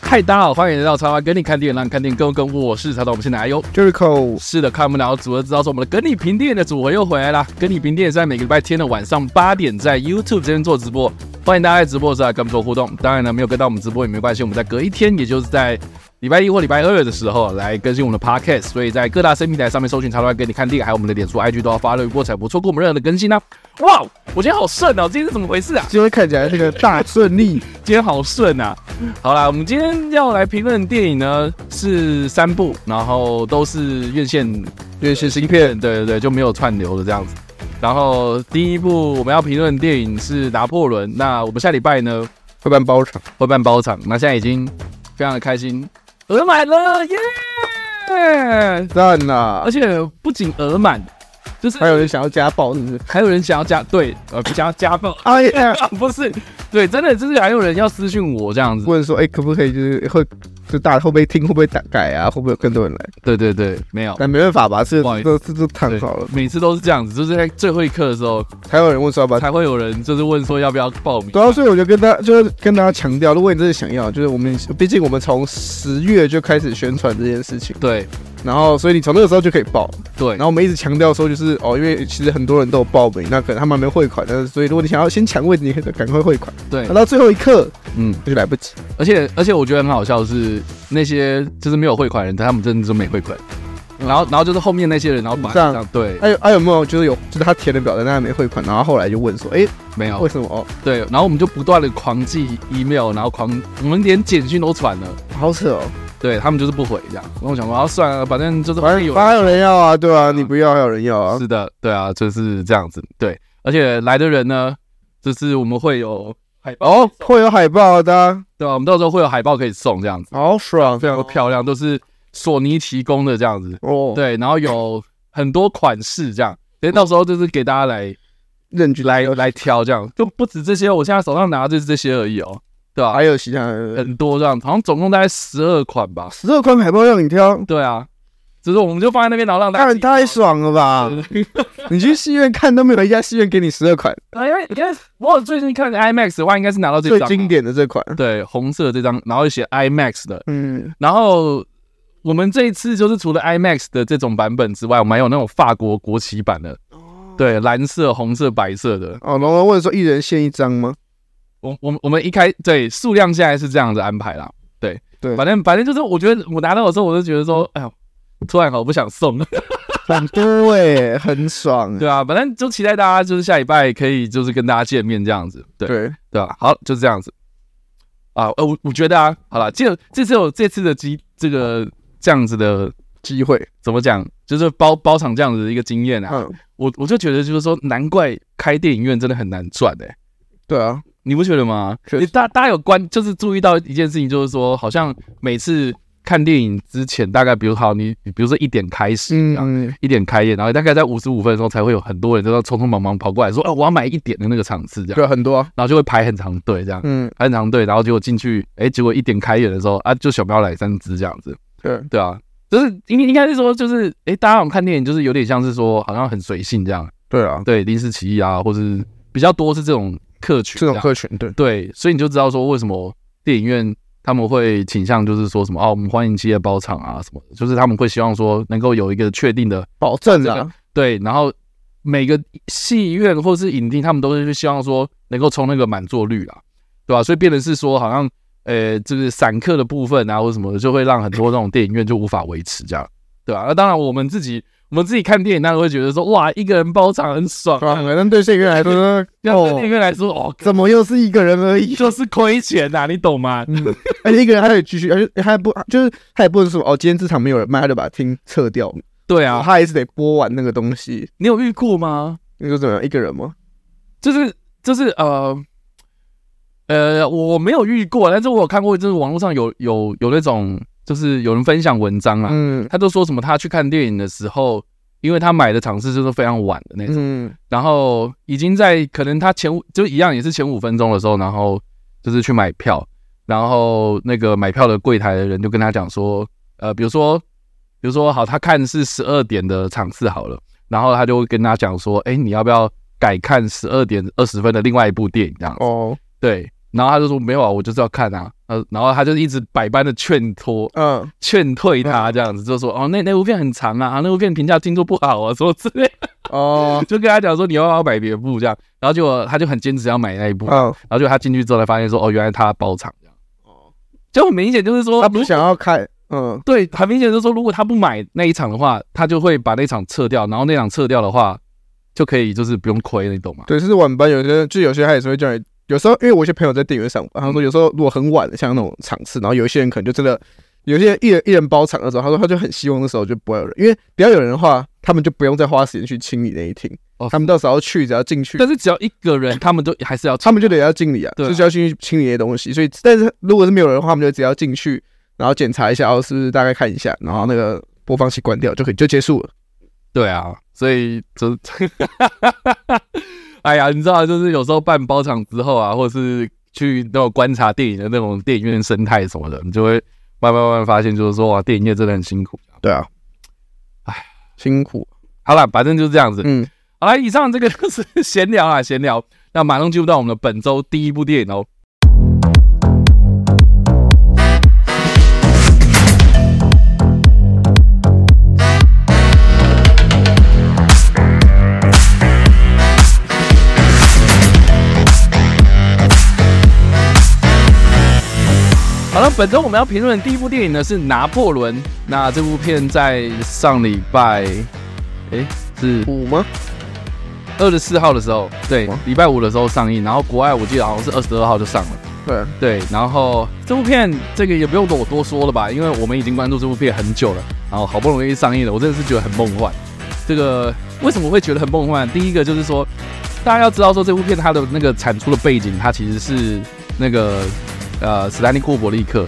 嗨，大家好，欢迎来到茶话跟你看电影，让你看电影更跟。我是茶头，我们是哪有？ Jericho，是的，看不了组合知道说我们的跟你评电影的组合又回来啦。跟你评电影在每个礼拜天的晚上八点在 YouTube 这边做直播，欢迎大家在直播的时啊候来跟我们做互动。当然呢，没有跟到我们直播也没关系，我们在隔一天，也就是在礼拜一或礼拜二的时候来更新我们的 Podcast。所以在各大声平台上面搜寻“茶头跟你看电影”，还有我们的脸书、IG 都要发了，过才不错过我们任何的更新啦、啊哇，我今天好顺哦，今天是怎么回事啊？今天看起来是个大顺利，今天好顺啊！好啦，我们今天要来评论的电影呢，是三部，然后都是院线原是芯片，对对对，就没有串流的这样子。然后第一部我们要评论的电影是《拿破仑》，那我们下礼拜呢会办包场，会办包场，那现在已经非常的开心，额满了耶！赞啦而！且不仅额满，就是还有人想要家暴，是不是？。还有人想要加对呃想要加爆哎呀，啊， 不是，对，真的就是还有人要私讯我这样子，问说，哎、可不可以就是会就大会不会听，会不会打改啊，会不会有更多人来？对对对，没有，但没办法吧，是不好意这这这太对好了。每次都是这样子，就是在最后一刻的时候，还有人问说要不要？才会有人就是问说要不要报名。主啊要所以我就跟大就是跟大家强调，如果你真的想要，就是我们毕竟我们从十月就开始宣传这件事情，对然后所以你从那个时候就可以报，对然后我们一直强调说就是哦，因为其实很多人都有报名，那可能他们还没汇款，但是所以如果你想要先抢位置，你可以赶快汇款，对那，到最后一刻嗯，那就来不及。而且而且我觉得很好笑的是那些就是没有汇款的人，他们真的就没汇款。嗯然后，然后就是后面那些人，然后把这样对，还有哎还有没有就是有就是他填了表单，但他没汇款，然后后来就问说，哎、没有为什么哦，对，然后我们就不断的狂寄 email，然后狂，我们连简讯都传了，好扯哦，对他们就是不回这样。然后我想说，啊，算了，反正就是反会正有反正有人要啊，对啊，你不要还有人要啊，是的，对啊，就是这样子，对。而且来的人呢，就是我们会有海报，哦，会有海报的啊、对吧、我们到时候会有海报可以送这样子。好爽，非常漂亮，都是索尼提供的这样子。哦，，对，然后有很多款式这样，等到时候就是给大家来认出来来，来挑这样，就不止这些，我现在手上拿的就是这些而已哦，对吧、还有其他人，很多这样，好像总共大概十二款吧。十二款海报让你挑，对啊，只是我们就放在那边，然后让大家当自然己太爽了 吧！你去戏院看都没有一家戏院给你十二款哎对，因为因为我最近看的 IMAX 的话，应该是拿到这最啊张经典，典的这款，对，红色的这张，然后写 IMAX 的，嗯，然后。我们这一次就是除了 IMAX 的这种版本之外，我们还有那种法国国旗版的，对，蓝色、红色、白色的。哦，龙龙问说一人限一张 吗？我我们我们一开对数量现在是这样子安排啦，对对反正反正就是我觉得我拿到的时候，我就觉得说，哎呦，突然好不想送，很多哎，很爽，对啊，反正就期待大家就是下礼拜可以就是跟大家见面这样子，对对，对吧、好，就这样子啊，呃，我我觉得啊，好了，这这次有这次的机这个这样子的机会，怎么讲，就是包包场这样子的一个经验啊，嗯，我我就觉得就是说，难怪开电影院真的很难赚哎、对啊，你不觉得吗？确实你大大家有关就是注意到一件事情，就是说，好像每次看电影之前，大概比如好你你比如说一点开始，嗯，嗯，一点开业，然后大概在五十五分的时候，才会有很多人就要匆匆忙忙跑过来说，哦，我要买一点的那个场次这样，对，很多啊，然后就会排很长队这样，嗯，排很长队，然后结果进去，哎，结果一点开演的时候啊，就小喵来三只这样子，对，对啊，就是应应该是说就是，哎，大家好像看电影就是有点像是说好像很随性这样，对啊，对，临时起意啊，或是比较多是这种客群这样种客群，对，对，所以你就知道说为什么电影院他们会倾向就是说什么哦，我们欢迎企业包场啊什么的，就是他们会希望说能够有一个确定的保证这啊，对，然后每个戏院或是影厅，他们都是希望说能够冲那个满座率啦，对吧、所以变成是说好像呃，就是散客的部分啊或者什么的，就会让很多那种电影院就无法维持这样，对吧、那当然我们自己。我们自己看电影，当然会觉得说，哇，一个人包场很爽对啊，啊。但对这个人来说，那对电影哦，院来说，哦，怎么又是一个人而已？ 就是亏钱呐、你懂吗？嗯，而且一个人还得继续，而且他不就是他也不能说哦，今天这场没有人卖，他就把厅撤掉，对然后啊，他还是得播完那个东西。你有遇过吗？你说怎么样？一个人吗？就是就是呃呃，我没有遇过，但是我有看过，就是网络上有有有那种，就是有人分享文章啊，嗯他就说什么他去看电影的时候，因为他买的场次就是非常晚的那种，嗯，然后已经在可能他前五就一样也是前五分钟的时候，然后就是去买票，然后那个买票的柜台的人就跟他讲说，呃，比如说比如说好，他看是十二点的场次好了，然后他就会跟他讲说，哎，你要不要改看十二点二十分的另外一部电影这样子？哦，对，然后他就说没有啊，我就是要看啊，呃，然后他就一直百般的劝托、嗯，劝退他这样子，就说哦，那那部片很长啊，啊那部片评价听说不好啊，什么之类的，哦，就跟他讲说你要不要买别部这样，然后结果他就很坚持要买那一部，嗯，然后就他进去之后才发现说哦，原来他包场这样，就很明显就是说他不如想要看，嗯，对，很明显就是说，如果他不买那一场的话，他就会把那场撤掉，然后那场撤掉的话，就可以就是不用亏，你懂吗？对，就是晚班有些，就有些他也是会叫你。有时候，因为我一些朋友在电影院上班，他说有时候如果很晚，像那种场次，然后有一些人可能就真的，有些人一人一人包场的时候，他说他就很希望那时候就不要有人，因为不要有人的话，他们就不用再花时间去清理那一厅，哦他们到时候去只要进去，但是只要一个人，他们都还是要他们就得要清理啊，对啊就是要去清理那些东西。所以，但是如果是没有人的话，他们就只要进去，然后检查一下，哦，是不是大概看一下，然后那个播放器关掉就可以就结束了。对啊，所以就， 哎呀，你知道，就是有时候办包场之后啊，或者是去那种观察电影的那种电影院生态什么的，你就会慢慢慢慢发现，就是说哇，电影业真的很辛苦。对啊，唉，辛苦。好了，反正就是这样子。嗯，好了，以上这个 就是闲聊啊，闲聊。那马上进入到我们的本周第一部电影哦。好了，本周我们要评论的第一部电影呢是《拿破仑》。那这部片在上礼拜，诶，是五吗？二十四号的时候，对哇，礼拜五的时候上映，然后国外我记得好像是二十二号就上了，对啊，对，然后这部片这个也不用我多说了吧，因为我们已经关注这部片很久了，然后好不容易上映了，我真的是觉得很梦幻。这个为什么会觉得很梦幻？第一个就是说，大家要知道说这部片它的那个产出的背景，它其实是那个呃史丹利库伯利克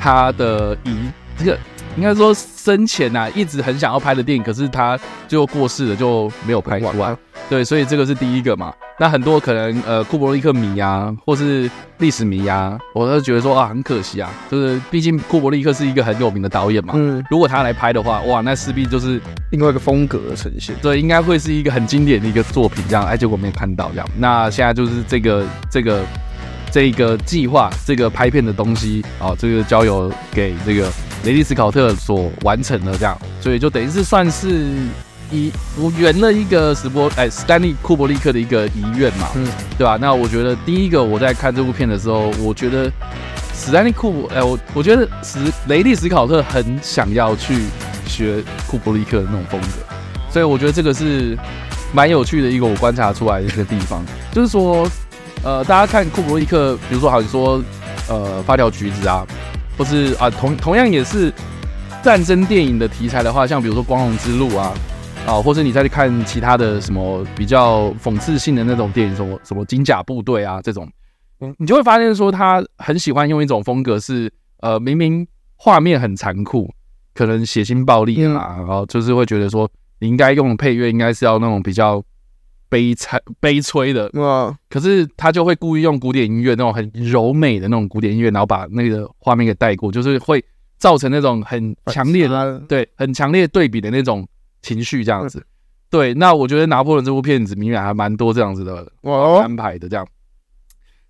他的遗这个应该说生前呐、啊、一直很想要拍的电影，可是他最后过世了就没有拍出来晚。安对，所以这个是第一个嘛。那很多可能呃库伯利克迷啊，或是历史迷啊，我都觉得说啊很可惜啊，就是毕竟库伯利克是一个很有名的导演嘛。嗯，如果他来拍的话，哇，那势必就是另外一个风格的呈现。对，应该会是一个很经典的一个作品这样。哎，结果没有看到这样。那现在就是这个这个这个计划，这个拍片的东西啊、哦，这个交由给这个雷利斯考特所完成了这样，所以就等于是算是以我圆了一个史波哎史丹利库伯利克的一个遗愿嘛，嗯，对吧、那我觉得第一个我在看这部片的时候，我觉得史丹利库伯哎我我觉得史雷利斯考特很想要去学库伯利克的那种风格，所以我觉得这个是蛮有趣的一个我观察出来的一个地方，就是说呃，大家看库伯利克，比如说好，你说呃，发条橘子啊，或是啊，同同样也是战争电影的题材的话，像比如说《光荣之路》啊，啊，或是你再去看其他的什么比较讽刺性的那种电影，什么什么《金甲部队》啊这种，你就会发现说他很喜欢用一种风格是，呃，明明画面很残酷，可能血腥暴力啊，然后就是会觉得说你应该用的配乐应该是要那种比较悲惨悲催的，哇，可是他就会故意用古典音乐那种很柔美的那种古典音乐，然后把那个画面给带过，就是会造成那种很强烈的的，对很强烈对比的那种情绪这样子。对，那我觉得《拿破仑》这部片子明显还蛮多这样子的哇哦，安排的这样，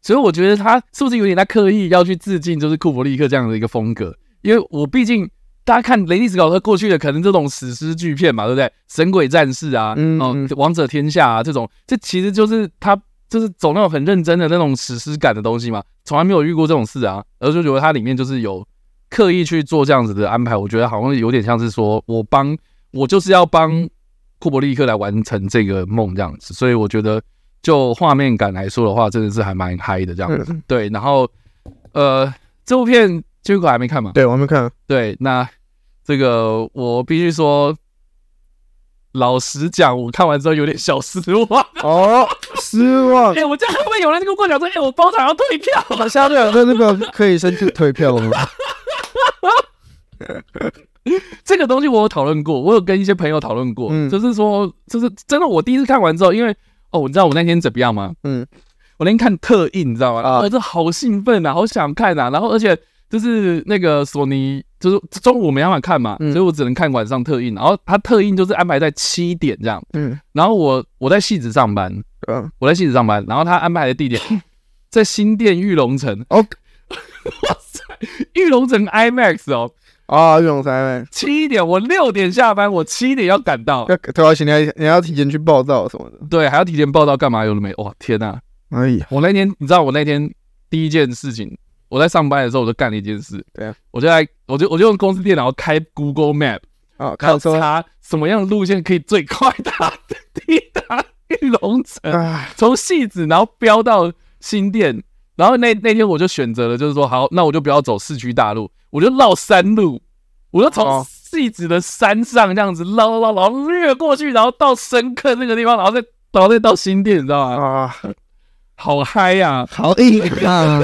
所以我觉得他是不是有点在刻意要去致敬，就是库伯利克这样的一个风格？因为我毕竟大家看雷利斯考特过去的可能这种史诗巨片嘛，对不对？神鬼战士啊，嗯哦嗯，王者天下啊这种，这其实就是他就是走那种很认真的那种史诗感的东西嘛，从来没有遇过这种事啊，而就觉得它里面就是有刻意去做这样子的安排，我觉得好像有点像是说我帮我就是要帮库伯利克来完成这个梦这样子，所以我觉得就画面感来说的话，真的是还蛮嗨的这样子。嗯对，然后呃，这部片结果还没看嘛？对，我还没看，对，那这个我必须说，老实讲，我看完之后有点小失 望。哦，失望哎、。我这样会不会有人跟我讲说，哎、我包场要退票？马下队长在那个可以申请退票吗？ 这个东西我有讨论过，我有跟一些朋友讨论过，嗯就是说，就是真的，我第一次看完之后，因为哦，你知道我那天怎么样吗？嗯，我那天看特映，你知道吗？啊啊，这好兴奋啊，好想看啊，然后而且就是那个索尼，就是中午没办法看嘛，嗯所以我只能看晚上特映，然后它特映就是安排在七点这样，嗯，然后我我在戏子上班，对啊， 我在戏子上班，然后他安排的地点在新店玉龙城。哦，哇塞，玉龙城 IMAX 哦，啊，这种才会七点，我六点下班，我七点要赶到。要对而且你还你还要提前去报道什么的。对，还要提前报道干嘛？有的没？哇，天哪、啊哎呀，我那天你知道，我那天第一件事情，我在上班的时候我就干了一件事。对啊，我就在我就我就用公司电脑开 Google Map，啊，然后看车查什么样的路线可以最快达抵 达玉龙城，啊，从戏子然后飙到新店。然后那那天我就选择了，就是说好，那我就不要走市区大路，我就绕山路，我就从哦戏子的山上这样子绕绕绕，然后掠过去，然后到深坑那个地方，然后再然后再到新店，你知道吗？啊，好嗨呀、好硬啊！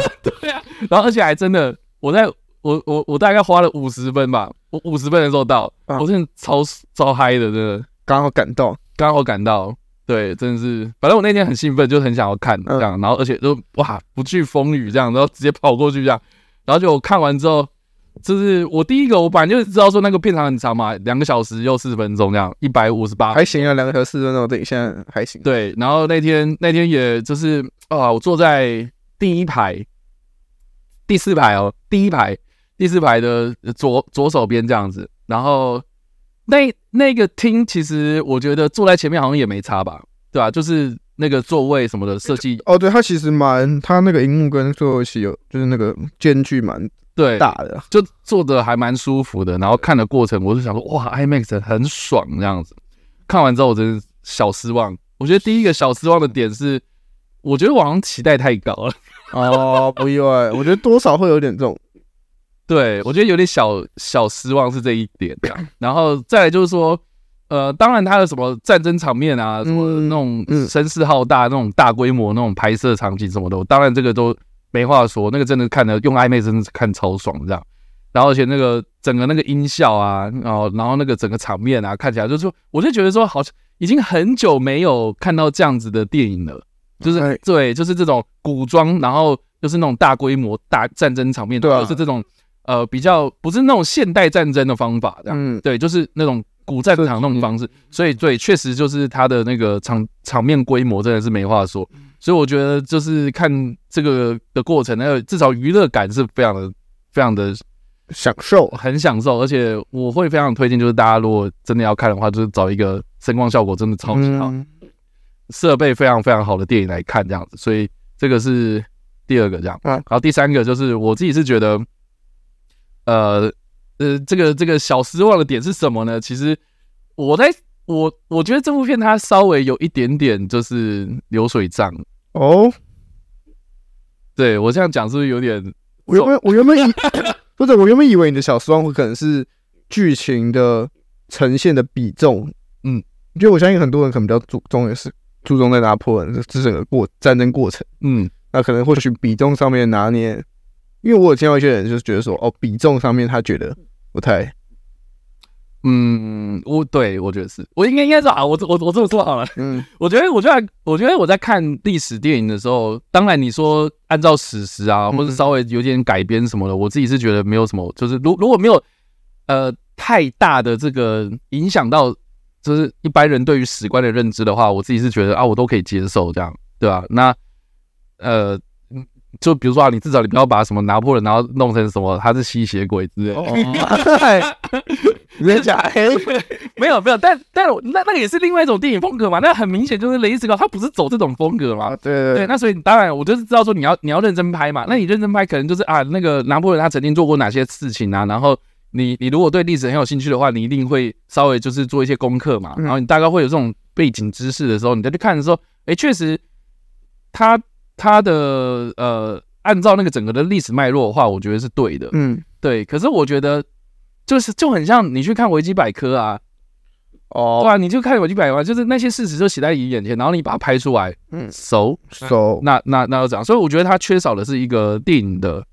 然后而且还真的，我在我我我大概花了五十分吧，我五十分的时候到，啊我真的超超嗨的，真的 刚好赶到，刚好赶到，对，真的是，反正我那天很兴奋，就很想要看这样，然后而且就哇不惧风雨这样，然后直接跑过去这样，然后就我看完之后。就是我第一个，我本来就知道说那个片长很长嘛，两个小时又四十分钟这样，一百五十八还行啊，两个小时四十分钟，对，现在还行。对，然后那天那天也就是啊，我坐在第一排，第四排哦，第一排第四排的左左手边这样子。然后那那个厅，其实我觉得坐在前面好像也没差吧，对吧、就是那个座位什么的设计，哦，对，它其实蛮，它那个荧幕跟最后一期有，就是那个间距蛮对，大的啊。就坐的还蛮舒服的。然后看的过程，我就想说，哇，IMAX 很爽这样子。看完之后，我真是小失望。我觉得第一个小失望的点是，我觉得我好像期待太高了。哦，不意外，我觉得多少会有点这种，对，我觉得有点小小失望是这一点这样然后再来就是说，呃，当然它的什么战争场面啊，什么嗯那种嗯声势浩大、那种大规模那种拍摄场景什么的，我当然这个都没话说，那个真的看的用暧昧真的是看超爽这样。然后而且那个整个那个音效啊，然后然后那个整个场面啊，看起来就是说，我就觉得说好像已经很久没有看到这样子的电影了。就是、哎对，就是这种古装，然后就是那种大规模大战争场面，对啊或者是这种呃比较不是那种现代战争的方法，这样、嗯，对，就是那种古战场那种方式，所以对，确实就是它的那个场场面规模真的是没话说，嗯所以我觉得就是看这个的过程，还有至少娱乐感是非常的非常的享受啊。很享受，而且我会非常推荐，就是大家如果真的要看的话，就是找一个声光效果真的超级好。嗯设备非常非常好的电影来看这样子，所以这个是第二个这样。啊然后第三个就是我自己是觉得，呃呃，这个这个小失望的点是什么呢？其实我在我我觉得这部片它稍微有一点点就是流水账。哦，对我这样讲是不是有点我原本我原 本以，不是我原本以为你的小失望会可能是剧情的呈现的比重，嗯，因为我相信很多人可能比较注重的是注重在拿破仑这整个过战争过程，嗯那可能或许比重上面的拿捏，因为我有听到一些人就是觉得说，哦，比重上面他觉得不太，嗯，我对我觉得是我应该应该是啊，我我我这么说好了。嗯，我觉得，我觉得，我觉得我在看历史电影的时候，当然你说按照史实啊，或者稍微有点改编什么的，我自己是觉得没有什么，就是如如果没有呃太大的这个影响到，就是一般人对于史观的认知的话，我自己是觉得啊，我都可以接受这样，对吧、那呃，嗯就比如说啊，你至少你不要把什么拿破仑，然后弄成什么他是吸血鬼之类的，哦， 嗨你在讲黑， 没有没有，但但我那那个也是另外一种电影风格嘛，那很明显就是雷斯高他不是走这种风格嘛啊，，对对，对，那所以当然，我就是知道说你要你要认真拍嘛。那你认真拍，可能就是啊，那个拿破仑他曾经做过哪些事情啊？然后你你如果对历史很有兴趣的话，你一定会稍微就是做一些功课嘛。嗯然后你大概会有这种背景知识的时候，你再去看的时候，哎，确实他他的呃，按照那个整个的历史脉络的话，我觉得是对的。嗯，对，可是我觉得就是就很像你去看维基百科啊，哦，哇，你就看维基百科啊，就是那些事实就写在你眼前，然后你把它拍出来，嗯熟、手，那那那要怎样？所以我觉得它缺少的是一个电影的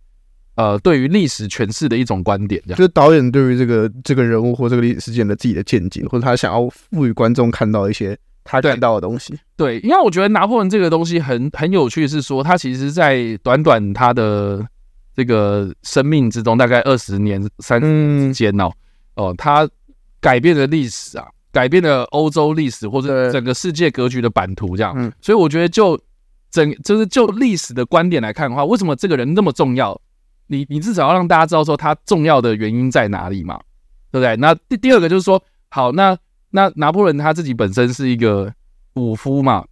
呃对于历史诠释的一种观点，这样就是导演对于这个这个人物或这个历史事件的自己的见解，或者他想要赋予观众看到一些他对看到的东西。对。因为我觉得拿破仑这个东西很很有趣，是说他其实在短短他的这个生命之中，大概二十年、三十嗯年，间哦，哦，他改变了历史啊，改变了欧洲历史或者对整个世界格局的版图，这样。嗯所以我觉得就整就是就历史的观点来看的话，为什么这个人那么重要？你你至少要让大家知道说他重要的原因在哪里嘛，对不对？那第第二个就是说，好，那那拿破仑他自己本身是一个武夫嘛，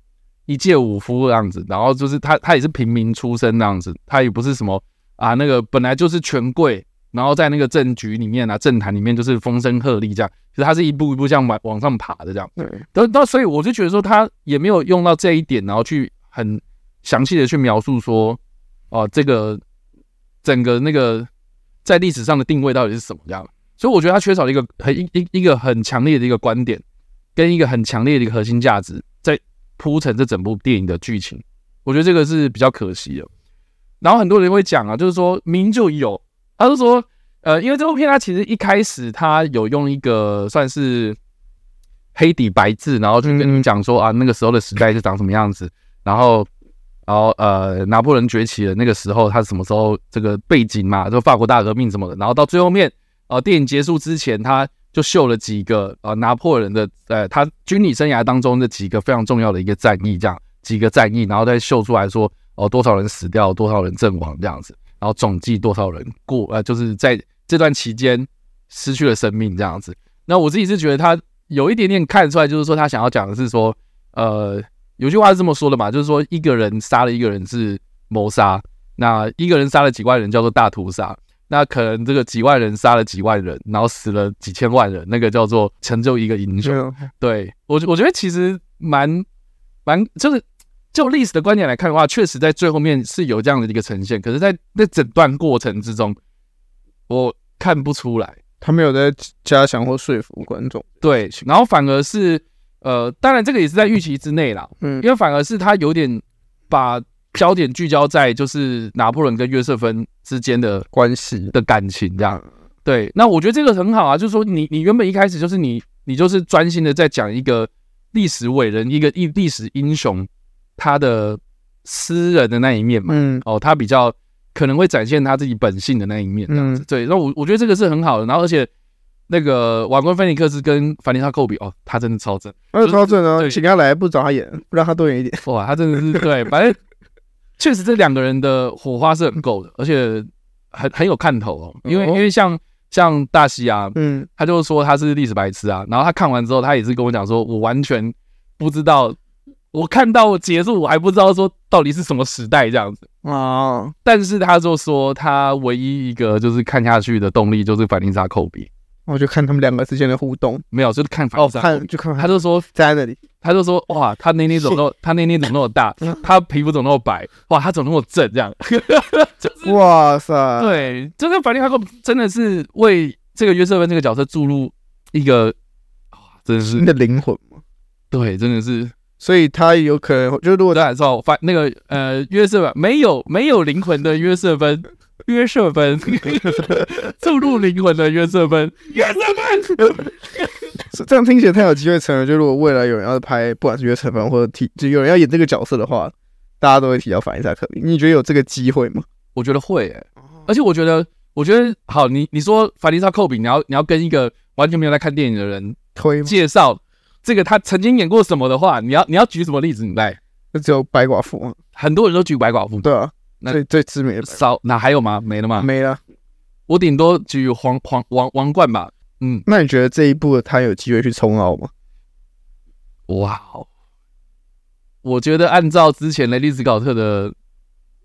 一介武夫这样子，然后就是他他也是平民出身那样子，他也不是什么啊那个本来就是权贵，然后在那个政局里面啊政坛里面就是风声鹤唳这样，其实他是一步一步这样往往上爬的这样。对，那那所以我就觉得说，他也没有用到这一点，然后去很详细的去描述说，哦、这个整个那个在历史上的定位到底是什么这样。所以我觉得他缺少了一个很一一一个很强烈的一个观点，跟一个很强烈的一个核心价值，在铺陈这整部电影的剧情。我觉得这个是比较可惜的。然后很多人会讲啊，就是说明就有，他就说，呃，因为这部片它其实一开始它有用一个算是黑底白字，然后去跟你讲说啊，那个时候的时代是长什么样子， 然后，然后呃，拿破仑崛起的那个时候，他是什么时候这个背景嘛，就法国大革命什么的，然后到最后面，呃，电影结束之前，他就秀了几个呃拿破仑的呃他军旅生涯当中的几个非常重要的一个战役，这样几个战役，然后再秀出来说哦、多少人死掉，多少人阵亡这样子，然后总计多少人过呃就是在这段期间失去了生命这样子。那我自己是觉得他有一点点看出来，就是说他想要讲的是说，呃，有句话是这么说的嘛，就是说一个人杀了一个人是谋杀，那一个人杀了几万人叫做大屠杀，那可能这个几万人杀了几万人，然后死了几千万人，那个叫做成就一个英雄。就对我觉，我觉得其实蛮蛮就是就历史的观点来看的话，确实在最后面是有这样的一个呈现，可是在那整段过程之中，我看不出来。他没有在加强或说服观众。对，然后反而是呃，当然这个也是在预期之内啦，嗯因为反而是他有点把焦点聚焦在就是拿破仑跟约瑟芬之间的关系的感情这样。对，那我觉得这个很好啊，就是说你你原本一开始就是你你就是专心的在讲一个历史伟人，一个历历史英雄他的私人的那一面嘛，嗯哦，他比较可能会展现他自己本性的那一面。嗯，对，那我我觉得这个是很好的，然后而且那个瓦昆菲尼克斯跟凡妮莎寇比，哦，他真的超正，而且超正对啊，请他来不找他演，不让他多演一点。哇，他真的 是对，反正确实这两个人的火花是很够的，而且很很有看头哦，因为因为像像大西啊，嗯，他就说他是历史白痴啊，然后他看完之后，他也是跟我讲说，我完全不知道，我看到结束我还不知道说到底是什么时代这样子。啊，但是他就说，他唯一一个就是看下去的动力就是反妮莎寇比，我就看他们两个之间的互动。没有，就是看反哦，妮莎寇看比。就看他他就说，在那里，他就说，哇，他内内怎么那么，他内内怎么那么大，他皮肤怎么那么白，哇，他怎么那么正，这 样。哇塞，对，这个反妮莎寇比真的是为这个约瑟芬这个角色注入一个，哇真的你是的灵魂嘛。对，真的是所以他有可能，就是如我果在说，我发那个呃约瑟芬没有没有灵魂的约瑟芬，约瑟芬 注入灵魂的约瑟芬，约瑟芬，是这样听起来太有机会成了。就如果未来有人要拍，不管是约成凡或者提，就有人要演这个角色的话，大家都会提到凡妮莎·科比。你觉得有这个机会吗？我觉得会、欸，而且我觉得我觉得好，你你说凡妮莎寇比，你要你要跟一个完全没有在看电影的人推吗？介绍这个他曾经演过什么的话，你要你要举什么例子？你来，那只有白寡妇吗？很多人都举白寡妇，对啊，那啊最最知名的白少哪还有吗？没了吗？没了。我顶多举皇皇王王冠吧，嗯，那你觉得这一部他有机会去冲奥吗？哇哦。我觉得按照之前雷利·斯考特的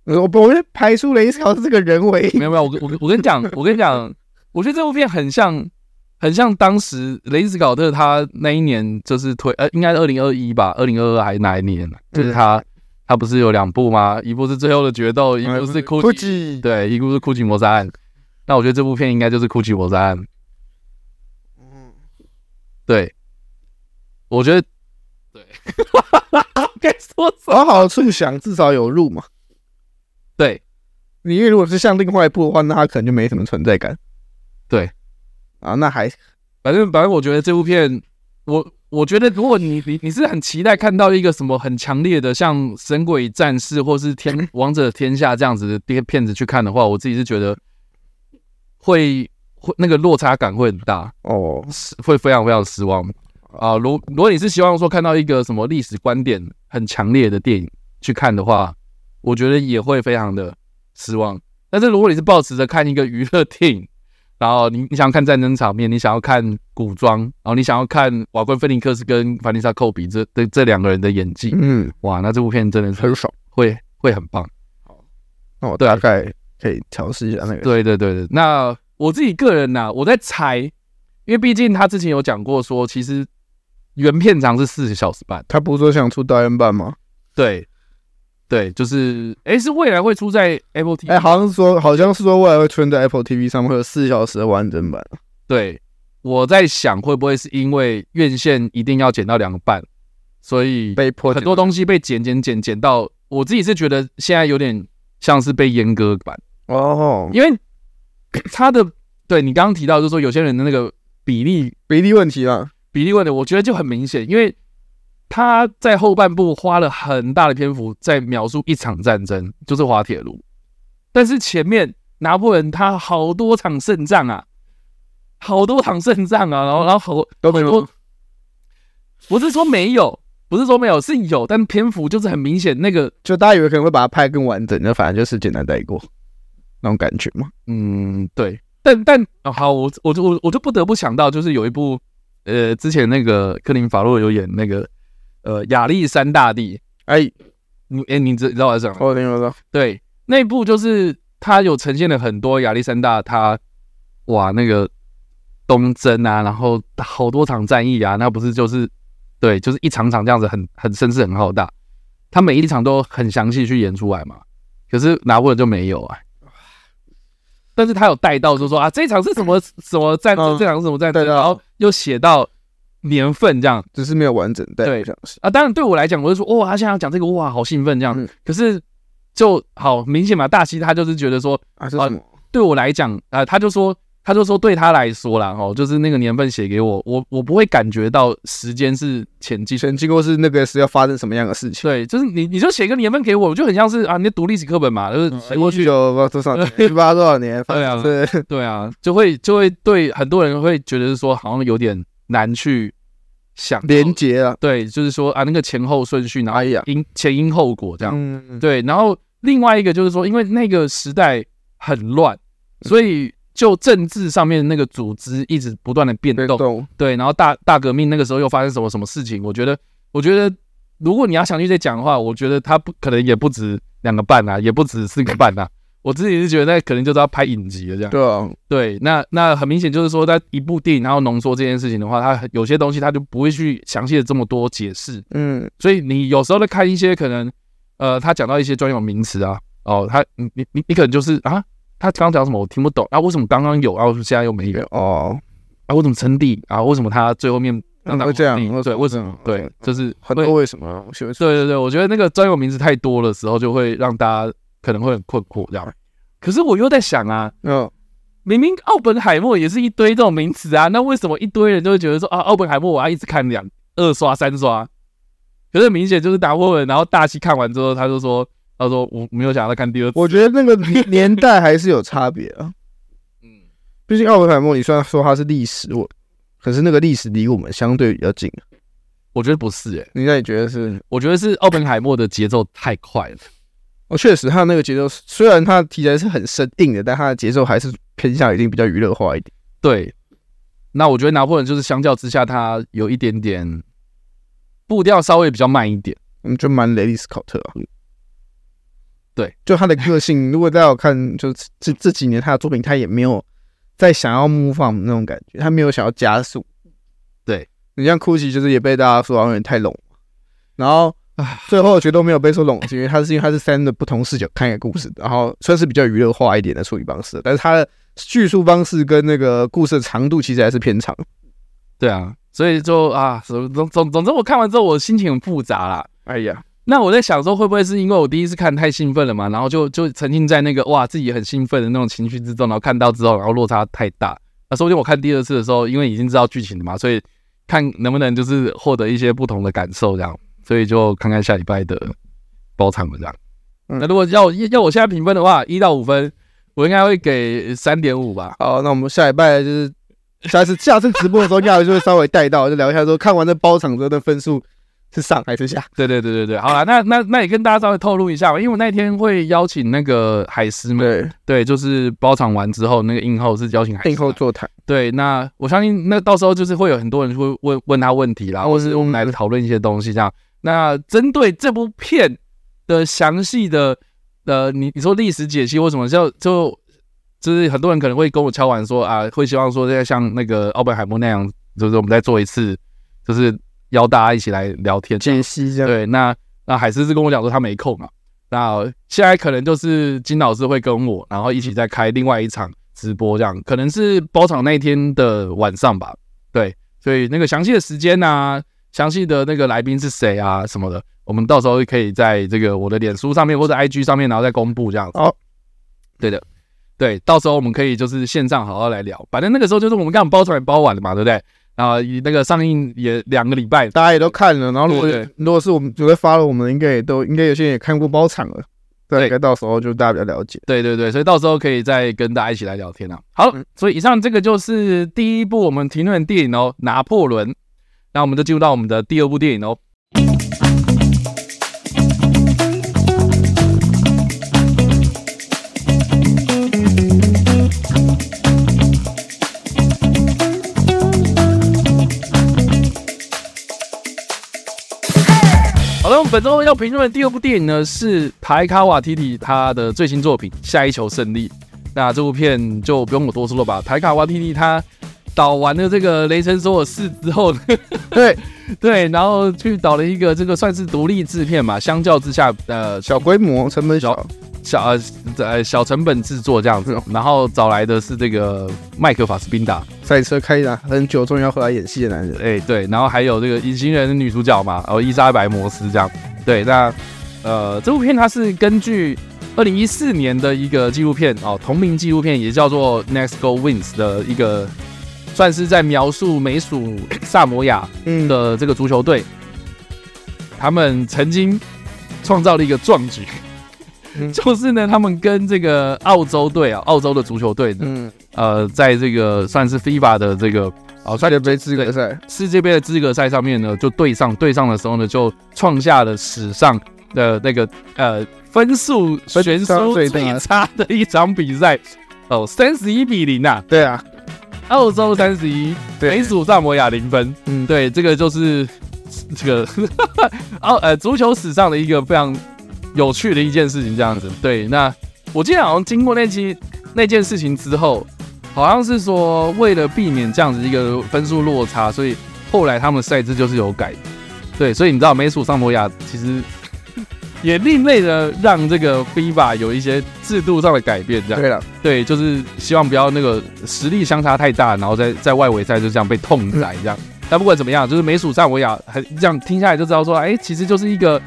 我我我觉得排除雷斯考特这个人为 没有没有，我跟我跟我跟你讲，我跟你讲，我觉得这部片很像，很像当时雷斯考特他那一年就是推呃，应该是二零二一吧，二零二二还是哪一年？啊就是他、他不是有两部吗？一部是《最后的决斗》，一哎部是《哭泣》， Gucci，对，一部是《哭泣谋杀案》。那我觉得这部片应该就是《哭泣谋杀案》。对，我觉得对， 该说什么？好好处想，至少有入嘛。对，你因为如果是像另外一部的话，那他可能就没什么存在感。对，啊，那还反正反正我觉得这部片，我我觉得如果你你你是很期待看到一个什么很强烈的像《神鬼战士》或是《天王者天下》这样子的片片子去看的话，我自己是觉得会会那个落差感会很大，哦，是会非常非常失望啊。如如果你是希望说看到一个什么历史观点很强烈的电影，去看的话，我觉得也会非常的失望。但是如果你是抱持着看一个娱乐电影，然后你你想要看战争场面，你想要看古装，然后你想要看瓦昆菲尼克斯跟凡妮莎寇比这这这两个人的演技，嗯，哇，那这部片真的是很爽。会会很棒。那我对啊大概可以调试一下那个。对对对对，那我自己个人呐、我在猜，因为毕竟他之前有讲过说，其实原片长是四小时半，他不是说想出导演版吗？对对，就是哎、诶是未来会出在 Apple TV，、哎、好像是说，好像是说未来会出现在 Apple TV 上面会有四小时的完整版。对，我在想会不会是因为院线一定要剪到两个半，所以被迫很多东西被剪剪剪剪到，我自己是觉得现在有点像是被阉割版。哦，因为他的对你刚刚提到，就是说有些人的那个比例比例问题啊，比例问题，我觉得就很明显，因为他在后半部花了很大的篇幅在描述一场战争，就是滑铁卢，但是前面拿破仑他好多场胜仗啊，好多场胜仗啊，然后然后好都没我有。不是说没有，不是说没有，是有，但篇幅就是很明显那个就大家以为可能会把它拍更完整，那反正就是简单带过那种感觉嘛。嗯，对，但但、哦好，我我就我我就不得不想到，就是有一部呃，之前那个克林法洛有演那个呃《亚历山大帝》，哎，你哎、你知你知道我在讲吗？我听说到，对，那一部就是他有呈现了很多亚历山大他哇那个东征啊，然后好多场战役啊，那不是就是对，就是一场场这样子很很声势很浩大，他每一场都很详细去演出来嘛。可是拿破仑就没有啊，但是他有带到就说啊，这一场是什么什么战争，嗯这场是什么战争，带到然后又写到年份这样，只是没有完整带。对像是啊，当然对我来讲，我就说哇，他现在要讲这个哇，好兴奋这样。嗯可是就好明显嘛，大西他就是觉得说，啊，这是什么？对我来讲啊、他就说他就说对他来说啦，哦，就是那个年份写给我，我我不会感觉到时间是前进。全经过是那个是要发生什么样的事情？对，就是你你就写个年份给我，我就很像是啊，你在读历史课本嘛，就是写过一去。九多少一八多少年？对啊嗯 对，对啊，就会就会对很多人会觉得是说好像有点难去想到连结啊。对，就是说啊那个前后顺序，然后哎呀，因前因后果这样。嗯，对，然后另外一个就是说，因为那个时代很乱，所以就政治上面那个组织一直不断的变对，动。懂。对，然后大大革命那个时候又发生什么什么事情？我觉得，我觉得如果你要详细再讲的话，我觉得它不可能也不止两个半啊，也不止四个半啊。我自己是觉得那可能就是要拍影集了这样。对啊，对，那那很明显就是说，在一部电影然后浓缩这件事情的话，它有些东西它就不会去详细的这么多解释。嗯，所以你有时候在看一些可能，呃，他讲到一些专有名词啊，哦，他你你你你可能就是啊，他刚讲什么我听不懂啊，为什么刚刚有啊，为什么现在又没有哦，啊？为什么称帝啊？为什么他最后面让他会这样皇帝对，为什么为什这么样？对，就是很会多为什么啊？我喜欢说对对对，我觉得那个专有名词太多的时候，就会让大家可能会很困惑这样。可是我又在想啊，嗯，明明奥本海默也是一堆这种名词啊，那为什么一堆人就会觉得说啊，奥本海默我要一直看两二刷三刷？可是明显就是拿破仑，然后大西看完之后，他就说，他说我没有想要再看第二次。我觉得那个 年年代还是有差别啊。嗯，毕竟奥本海默，你虽然说它是历史，我可是那个历史离我们相对比较近。啊我觉得不是诶、你那你觉得是？我觉得是奥本海默的节奏太快了。哦，确实，他那个节奏虽然他题材是很生硬的，但他的节奏还是偏向一定比较娱乐化一点。对，那我觉得拿破仑就是相较之下，他有一点点步调稍微比较慢一点。嗯，就蛮雷利斯考特、啊。对，就他的个性， 如果大家有看，就这这几年他的作品，他也没有再想要 move on 那种感觉，他没有想要加速。对你像酷奇，就是也被大家说好像有点太拢，然后最后觉得都没有被说拢，是因为他是因为他是三个不同视角看一个故事，然后算是比较娱乐化一点的处理方式，但是他的叙述方式跟那个故事的长度其实还是偏长。对啊，所以就啊，总总总总之，我看完之后我心情很复杂啦。哎呀，那我在想说，会不会是因为我第一次看太兴奋了嘛，然后就就沉浸在那个哇自己很兴奋的那种情绪之中，然后看到之后，然后落差太大。那说不定我看第二次的时候，因为已经知道剧情了嘛，所以看能不能就是获得一些不同的感受这样。所以就看看下礼拜的包场了这样。嗯那如果要要我现在评分的话，一到五分，我应该会给三点五吧。好，那我们下礼拜就是下次下次直播的时候，亚维就会稍微带到，就聊一下说看完这包场之后的分数是上还是下？对对对对对，好啦，那那那也跟大家稍微透露一下吧，因为我那天会邀请那个海狮嘛，对，对，就是包场完之后，那个映后是邀请海狮 定后嘛座谈，对，那我相信那到时候就是会有很多人会问问他问题啦，或是我们来讨论一些东西这样。那针对这部片的详细的呃，你你说历史解析或什么，就就就是很多人可能会跟我敲完说啊，会希望说要像那个奥本海默那样，就是我们再做一次，就是邀大家一起来聊天。解析这样。对，那那海狮是跟我讲说他没空嘛，那现在可能就是金老师会跟我，然后一起再开另外一场直播，这样可能是包场那一天的晚上吧。对，所以那个详细的时间啊，详细的那个来宾是谁啊什么的，我们到时候可以在这个我的脸书上面或者 IG 上面，然后再公布这样子。好，对的，对，到时候我们可以就是线上好好来聊，反正那个时候就是我们刚好包出来包完了嘛，对不对？然后那个上映也两个礼拜，大家也都看了，然后如果对对如果是我们有在发了，我们应该也都应该有些人也看过包场了，对，对应该到时候就大家比较了解。对对对，所以到时候可以再跟大家一起来聊天啊。好，所以以上这个就是第一部我们评论的电影哦，《拿破仑》。那我们就进入到我们的第二部电影哦。好了，我们本周要评论的第二部电影呢是台卡瓦提提他的最新作品《下一球胜利》。那这部片就不用我多说了吧？台卡瓦提提他导完了这个《雷神索尔四》之后呢，对， 对，然后去导了一个这个算是独立制片嘛，相较之下，呃，小规模，成本小，小呃呃小成本制作这样子，然后找来的是这个麦克法斯宾达，赛车开了很久，终于要回来演戏的男人，哎、对，然后还有这个隐形人的女主角嘛，然哦后伊莎白摩斯这样，对，那呃这部片它是根据二零一四年的一个纪录片哦，同名纪录片也叫做《Next Go Wins》的一个，算是在描述美属萨摩亚嗯，的这个足球队，他们曾经创造了一个壮举，嗯就是呢，他们跟这个澳洲队啊，澳洲的足球队呢，嗯，呃，在这个算是 FIFA 的这个哦好，赛界杯资格赛，世界杯的资格赛上面呢，就对上对上的时候呢，就创下了史上的那个呃分数分悬差殊最最大差的一场比赛。哦，三十一比零啊！对啊，澳洲三十一，对美属萨摩亚零分。嗯，对，这个就是这个 哦，呃，足球史上的一个非常有趣的一件事情，这样子。对，那我记得好像经过那期那件事情之后，好像是说为了避免这样子一个分数落差，所以后来他们赛制就是有改。对，所以你知道美属上摩亚其实 也另类的让这个 FIBA 有一些制度上的改变，这样。对了，对，就是希望不要那个实力相差太大，然后在在外围赛就这样被痛宰这样。但不管怎么样，就是美属萨维亚还这样听下来就知道说，哎、其实就是一个，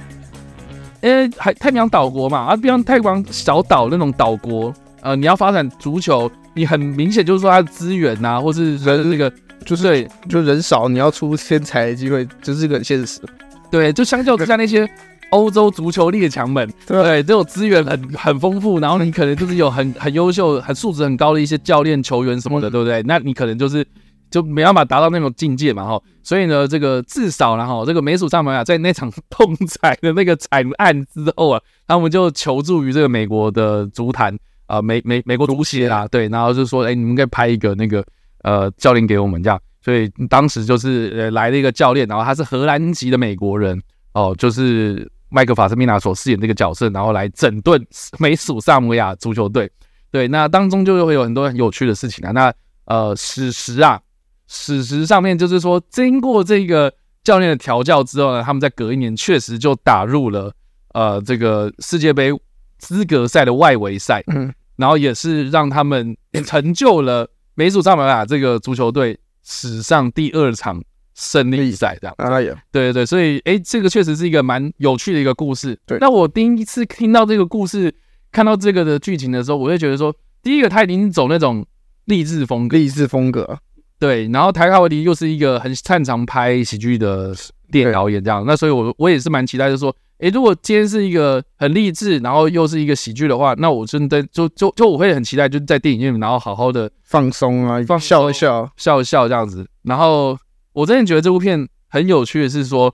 呃、还太平洋岛国嘛，啊，不像太平洋小岛那种岛国，呃，你要发展足球，你很明显就是说它的资源呐、或是人那个，就是对就人少，你要出天才的机会，这是个很现实，对，就相较之下那些欧洲足球列强们，对啊吧？对，这种资源很很丰富，然后你可能就是有很很优秀、很素质很高的一些教练、球员什么的，嗯对不对？那你可能就是就没办法达到那种境界嘛，哈。所以呢，这个至少然后这个美属萨摩亚在那场痛惨的那个惨案之后啊，他们就求助于这个美国的足坛啊、呃美美美国足协啦，对，然后就说，哎，你们可以拍一个那个呃教练给我们这样。所以当时就是呃来了一个教练，然后他是荷兰籍的美国人，哦，就是麦克法斯密纳所饰演这个角色，然后来整顿美属萨摩亚足球队。对，那当中就会有很多很有趣的事情啊。那呃，史实啊，史实上面就是说，经过这个教练的调教之后呢，他们在隔一年确实就打入了呃这个世界杯资格赛的外围赛，嗯然后也是让他们成就了美属萨摩亚这个足球队史上第二场胜利赛这样。啊，那也对对对，所以哎，诶这个确实是一个蛮有趣的一个故事。对那我第一次听到这个故事，看到这个的剧情的时候，我会觉得说，第一个他已经走那种励志风格，励志风格，对，然后台卡维迪又是一个很擅长拍喜剧的电影导演，这样，那所以我我也是蛮期待，就是说，哎，如果今天是一个很励志，然后又是一个喜剧的话，那我真的就就就我会很期待，就是在电影院，然后好好的放松啊，放松笑一笑，笑一笑这样子。然后我真的觉得这部片很有趣的是说，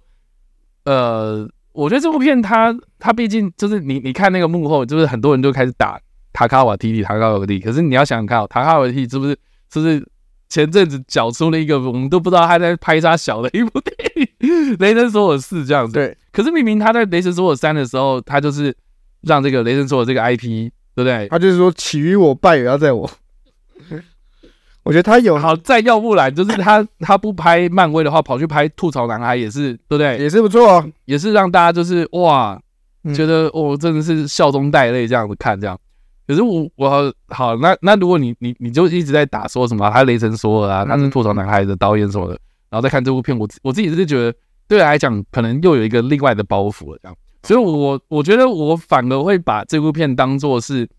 呃，我觉得这部片它它毕竟就是你你看那个幕后，就是很多人就开始打塔卡瓦提里塔卡瓦提，可是你要想想看、哦，塔卡瓦提是不是是不是前阵子缴出了一个我们都不知道他在拍啥小的一部电影《 雷神索尔四》这样子，对，可是明明他在《雷神索尔三》的时候，他就是让这个《雷神索尔》这个 IP，对不对？他就是说起于我败也要 在我。我觉得他有好，再要不然就是他他不拍漫威的话，跑去拍吐槽男孩也是，对不对？也是不错啊，也是让大家就是哇，嗯觉得哦，真的是笑中带泪这样子看这样。可是我我好那那如果你你你就一直在打说什么他雷神索尔啊，他是嗯吐槽男孩的导演什么的，然后再看这部片，我自我自己是觉得对我来讲可能又有一个另外的包袱了这样。所以我，我觉得我反而会把这部片当做是，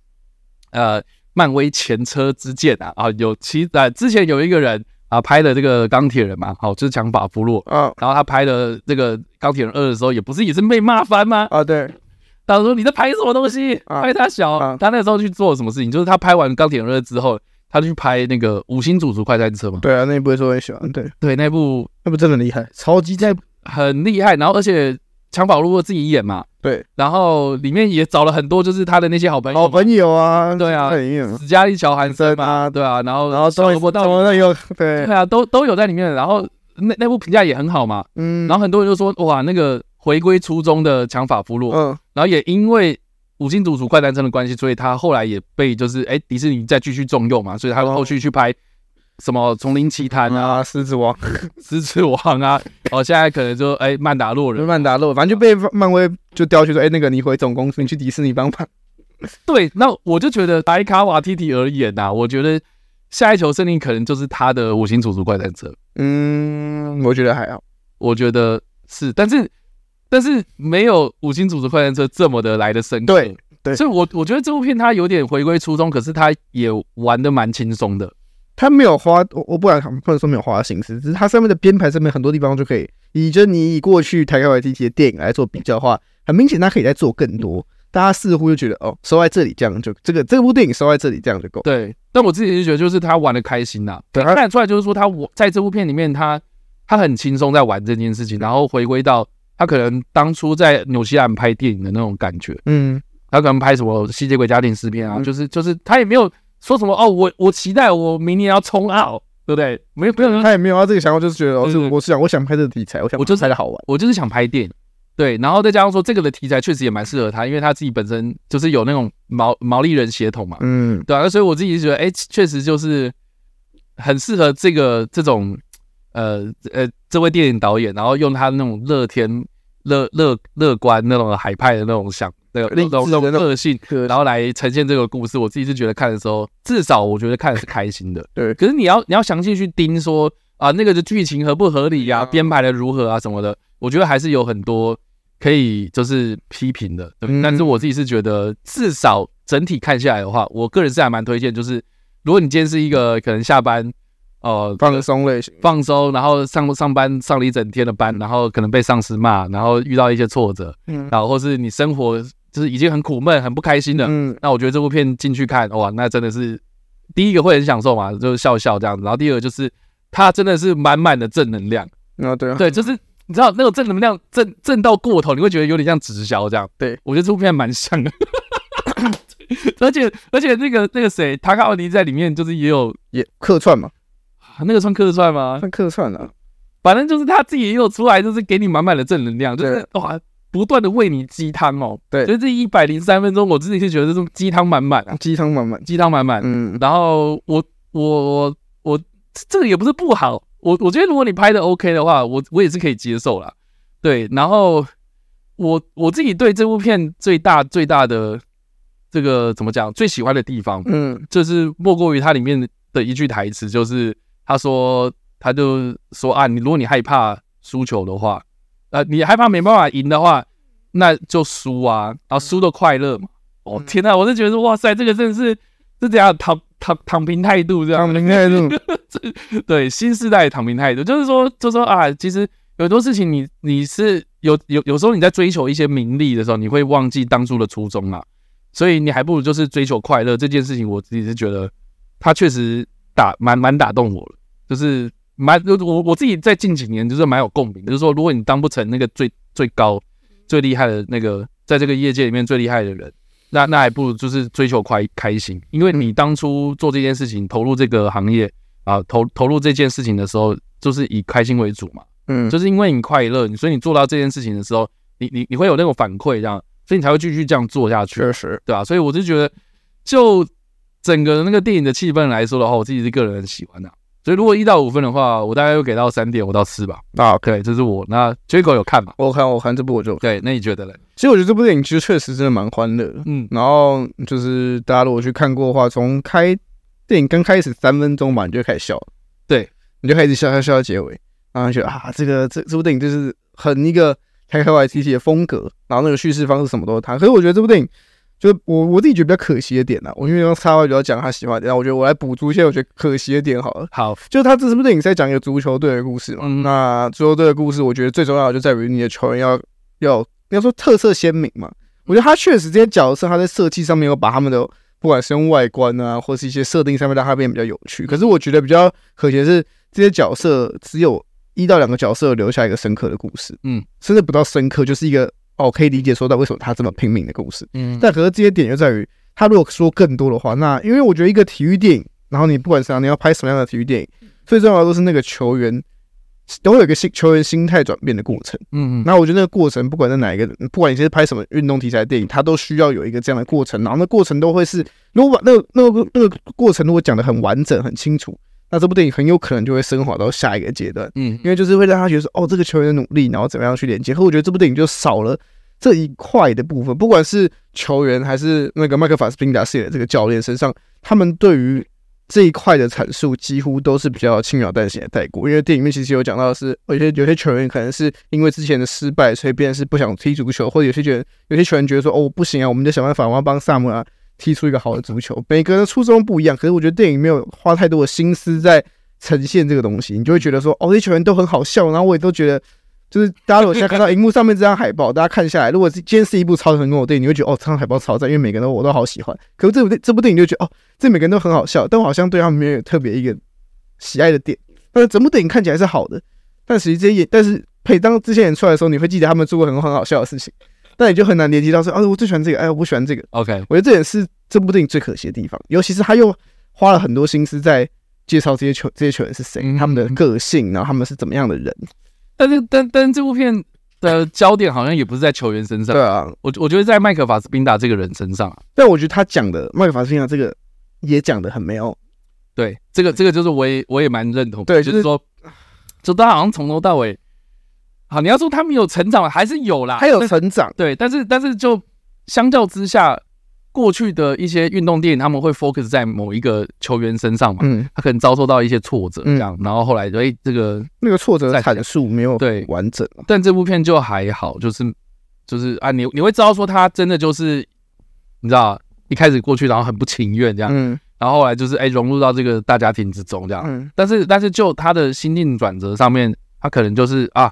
呃，漫威前车之鉴啊啊，有其啊之前有一个人啊拍的这个钢铁人嘛，好、就是强法夫洛，啊然后他拍的这个《钢铁人二》的时候，也不是也是被骂翻吗？啊对，他说你在拍什么东西？啊拍他小。啊他那时候去做什么事情？就是他拍完《钢铁人二》之后，他就去拍那个《五星主厨快餐车》嘛。对啊，那一部也是我很喜欢，对，对，那部那部真的很厉害，超级在很厉害，然后而且强宝路过自己演嘛，对，然后里面也找了很多就是他的那些好朋友嘛，好朋友啊，对啊在里面嘛，史嘉丽、乔韩森真嘛，啊，对啊，然后然后小终于萝卜怎到么那有 对对，啊，都都有在里面，然后那那部评价也很好嘛，嗯，然后后很多人就说哇，那个回归初衷的强法夫洛，嗯然后也因为五星主厨快诞生的关系，所以他后来也被就是哎迪士尼再继续重用嘛，所以他后续去拍什么《丛林奇谭》啊、啊，狮子王、 《狮子王》啊，哦现在可能就哎曼达洛人，曼达洛，反正就被漫威就调去说，哎，那个你回总公司，你去迪士尼帮忙，对，那我就觉得莱卡瓦蒂蒂而言呐、我觉得下一球胜利可能就是他的五星主厨快诞生，嗯，我觉得还好，我觉得是，但是但是没有五星主厨快诞车这么的来的深刻，对对所以我我觉得这部片它有点回归初衷，可是它也玩的蛮轻松的。他没有花，我我不敢不能说没有花心思，只是他上面的编排上面很多地方就可以，以就是你以过去台湾 YT 的电影来做比较的话，很明显他可以再做更多。大家似乎就觉得哦，收在这里这样就这个这部电影收在这里这样就够。对，但我自己是觉得就是他玩的开心呐、对看他得出来就是说他我在这部片里面他他很轻松在玩这件事情，然后回归到他可能当初在纽西兰拍电影的那种感觉，嗯，他可能拍什么《吸血鬼家庭尸片》啊，嗯就是就是他也没有说什么哦，我我期待我明年要冲奥，对不对？没有没有，他也没有他这个想法，就是觉得哦，对是对我是想我想拍这个题材，我想我就是拍的好玩。我就是想拍电影。对，然后再加上说这个的题材确实也蛮适合他，因为他自己本身就是有那种毛毛利人血统嘛，嗯，对啊，所以我自己就觉得，哎、确实就是很适合这个这种呃呃这位电影导演，然后用他那种乐天、乐乐乐观那种海派的那种想那个励那种志那的种那种个性，可然后来呈现这个故事。我自己是觉得看的时候，至少我觉得看的是开心的。 对可是你要你要详细去盯说啊，那个的剧情合不合理呀、啊编排的如何啊什么的，我觉得还是有很多可以就是批评的。对嗯但是我自己是觉得，至少整体看下来的话，我个人是还蛮推荐，就是如果你今天是一个可能下班呃放松类型，放松，然后上上班上了一整天的班，然后可能被上司骂，然后遇到一些挫折，嗯然后或是你生活就是已经很苦闷、很不开心了，嗯，那我觉得这部片进去看，哇，那真的是第一个会很享受嘛，就是笑笑这样子。然后第二个就是它真的是满满的正能量，啊对啊，对，就是你知道那种正能量正正到过头，你会觉得有点像直销这样。对我觉得这部片还蛮像的， 而且而且那个那个谁，塔卡奥尼在里面就是也有也客串嘛，啊那个算客串吗？算客串啊。反正就是他自己也有出来，就是给你满满的正能量，就是哇。不断的喂你鸡汤哦，对就是这一百零三分钟，我自己是觉得这种鸡汤满满啊，鸡汤满满。鸡汤满满，嗯，然后我我我我这个也不是不好，我我觉得如果你拍的 OK 的话，我我也是可以接受啦。对，然后我我自己对这部片最大最大的这个怎么讲最喜欢的地方，嗯就是莫过于它里面的一句台词，就是他说他就说啊，你如果你害怕输球的话，呃，你害怕没办法赢的话，那就输啊，然后输的快乐嘛。哦天呐，我是觉得哇塞，这个真的是是怎样躺躺躺平态度这样躺，平态度，对新时代的躺平态度，就是说就说啊，其实有很多事情你你是有有有时候你在追求一些名利的时候，你会忘记当初的初衷啊。所以你还不如就是追求快乐这件事情，我自己是觉得他确实打蛮蛮打动我了，就是蛮我我自己在近几年就是蛮有共鸣的，就是说如果你当不成那个最最高最厉害的那个，在这个业界里面最厉害的人，那那还不如就是追求快开心，因为你当初做这件事情，投入这个行业啊，投投入这件事情的时候，就是以开心为主嘛，嗯，就是因为你快乐，所以你做到这件事情的时候，你你你会有那种反馈，这样，所以你才会继续这样做下去。确实，对啊，所以我就觉得，就整个那个电影的气氛来说的话，我自己是个人很喜欢的、所以如果一到五分的话，我大概会给到三点五到四吧。那 OK，对，这是我。那 Jaco 有看嘛？我看我看这部我就，对，那你觉得嘞？其实我觉得这部电影其实确实真的蛮欢乐的。嗯，然后就是大家如果去看过的话，从开电影刚开始三分钟吧，你就开始笑了，对，你就开始笑笑笑到结尾，然后就觉得啊，这个这这部电影就是很一个开开 Y T T 的风格，然后那个叙事方式什么都是他。可是我觉得这部电影，就是我我自己觉得比较可惜的点呢、啊我因为用插外就要讲他喜欢的点，然后我觉得我来补足一些我觉得可惜的点好了。好，就是他这部电影是在讲一个足球队的故事嘛。嗯那足球队的故事，我觉得最重要的就在于你的球员要要要说特色鲜明嘛。我觉得他确实这些角色，他在设计上面有把他们的不管是用外观啊，或是一些设定上面，让他变得比较有嗯趣。可是我觉得比较可惜的是，这些角色只有一到两个角色留下一个深刻的故事，嗯，甚至不到深刻，就是一个哦可以理解说到为什么他这么拼命的故事。嗯，但可是这些点就在于，他如果说更多的话，那因为我觉得一个体育电影，然后你不管是哪你要拍什么样的体育电影，嗯最重要的都是那个球员都会有一个心球员心态转变的过程。嗯嗯那我觉得那个过程，不管在哪一个，不管你是拍什么运动题材的电影，它都需要有一个这样的过程。然后那过程都会是，如果把那个那个那个过程如果讲的很完整、很清楚，那这部电影很有可能就会升华到下一个阶段。嗯，因为就是会让他觉得说，哦，这个球员的努力，然后怎么样去连接。可我觉得这部电影就少了这一块的部分，不管是球员还是那个麦克法斯宾达饰演的这个教练身上，他们对于这一块的阐述几乎都是比较轻描淡写的带过。因为电影里面其实有讲到的是，有些有些球员可能是因为之前的失败，所以变成是不想踢足球，或者有些球员有些球员觉得说，哦，不行啊，我们得想办法，我要帮萨姆啊踢出一个好的足球。每个人的初衷不一样，可是我觉得电影没有花太多的心思在呈现这个东西，你就会觉得说，哦，这些球员都很好笑，然后我也都觉得。就是大家如果现在看到荧幕上面这张海报，大家看下来，如果是今天是一部超成功的电影，你会觉得哦，这张海报超赞，因为每个人都我都好喜欢。可是这部电这部电影就觉得哦，这每个人都很好笑，但我好像对他们没有特别一个喜爱的点。但是整部电影看起来是好的，但实际这些演，但是配当这些人出来的时候，你会记得他们做过很多很好笑的事情，但你就很难连接到说，啊，我最喜欢这个，哎，我不喜欢这个。 ，OK，我觉得这也是这部电影最可惜的地方，尤其是他又花了很多心思在介绍这些球这些球员是谁，嗯他们的个性，然后他们是怎么样的人。但是但但这部片的焦点好像也不是在球员身上对，啊，我我觉得在麦克法斯宾达这个人身上啊，但我觉得他讲的麦克法斯宾达这个也讲的很没有，对，这个这个就是我也我也蛮认同，对就就是是说，就大家好像从头到尾，好，你要说他们有成长还是有啦，他有成长，对，但是但是就相较之下，过去的一些运动电影，他们会 focus 在某一个球员身上嘛，嗯，他可能遭受到一些挫折这嗯样，然后后来就哎、这个，那个挫折的阐述没有对完整啊，但这部片就还好，就是就是啊，你你会知道说他真的就是你知道啊一开始过去，然后很不情愿这样，嗯然后后来就是哎、融入到这个大家庭之中这样，嗯但是但是就他的心境转折上面，他可能就是啊，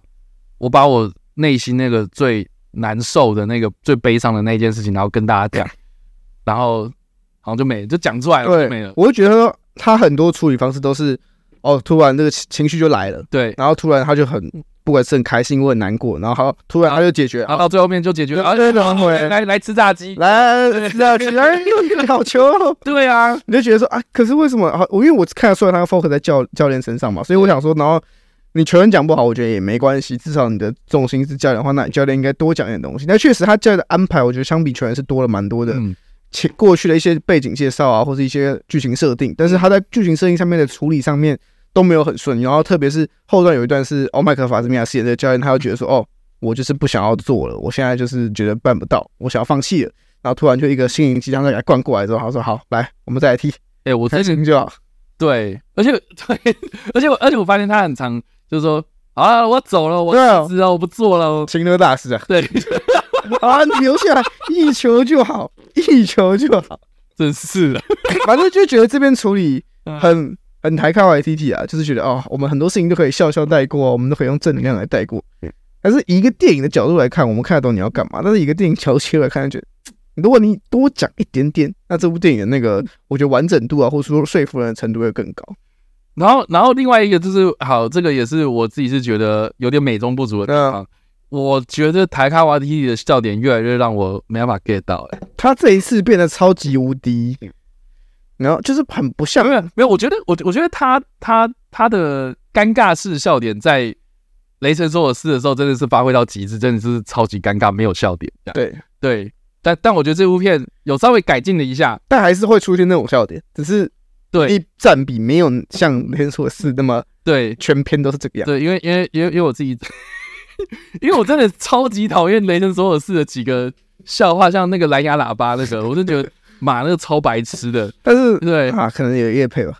我把我内心那个最难受的那个最悲伤的那一件事情，然后跟大家 讲，然后好像就没了就讲出来了就没对了，，我就觉得他很多处理方式都是哦，突然这个情情绪就来了，对，然后突然他就很不管是很开心或很难过，然后他突然他就解决然后到最后面就解决，啊，对对对来 来来吃炸鸡，来，知道起来又好球，对啊，你就觉得说啊，可是为什么啊？我因为我看得出来他 focus 在教教练身上嘛，所以我想说，然后你球员讲不好，我觉得也没关系，至少你的重心是教练的话，那你教练应该多讲点东西。但确实他教练的安排，我觉得相比球员是多了蛮多的，嗯前过去的一些背景介绍啊，或是一些剧情设定，但是他在剧情设定上面的处理上面都没有很顺。然后特别是后段有一段是奥麦克法斯米亚饰演的教练，他就觉得说，哦，我就是不想要做了，我现在就是觉得办不到，我想要放弃了。然后突然就一个心灵鸡汤再给他灌过来之后，他说好，来，我们再来踢，哎、我开之前心就好。对，而且 对，而且我而且我发现他很常就是说啊，我走了，我对啊辞职了，我不 做了，情勒大师啊，对，啊，你留下来一球就好，一球就好。真是的，反正就觉得这边处理很很抬开 Y T T 啊，就是觉得哦，我们很多事情都可以笑笑带过、啊，我们都可以用正能量来带过。但是以一个电影的角度来看，我们看得懂你要干嘛，但是以一个电影桥切来看，就觉得嘖如果你多讲一点点，那这部电影的那个我觉得完整度啊，或者说说服人的程度会更高。然后，然后另外一个就是，好，这个也是我自己是觉得有点美中不足的地方。我觉得台卡瓦提的笑点越来越让我没办法 get 到、欸，他这一次变得超级无敌，然后就是很不像没有没有，我觉得我我觉得他他他的尴尬式笑点在雷神索尔斯的时候真的是发挥到极致，真的是超级尴尬，没有笑点这样。对，对，但但我觉得这部片有稍微改进了一下，但还是会出现那种笑点，只是对一占比没有像连锁四那么对全篇都是这个样。对，因为因为因为因为我自己，因为我真的超级讨厌雷神索尔斯的几个笑话，像那个蓝牙喇叭那个，我就觉得马那个超白痴的，但是对啊，可能有夜配吧，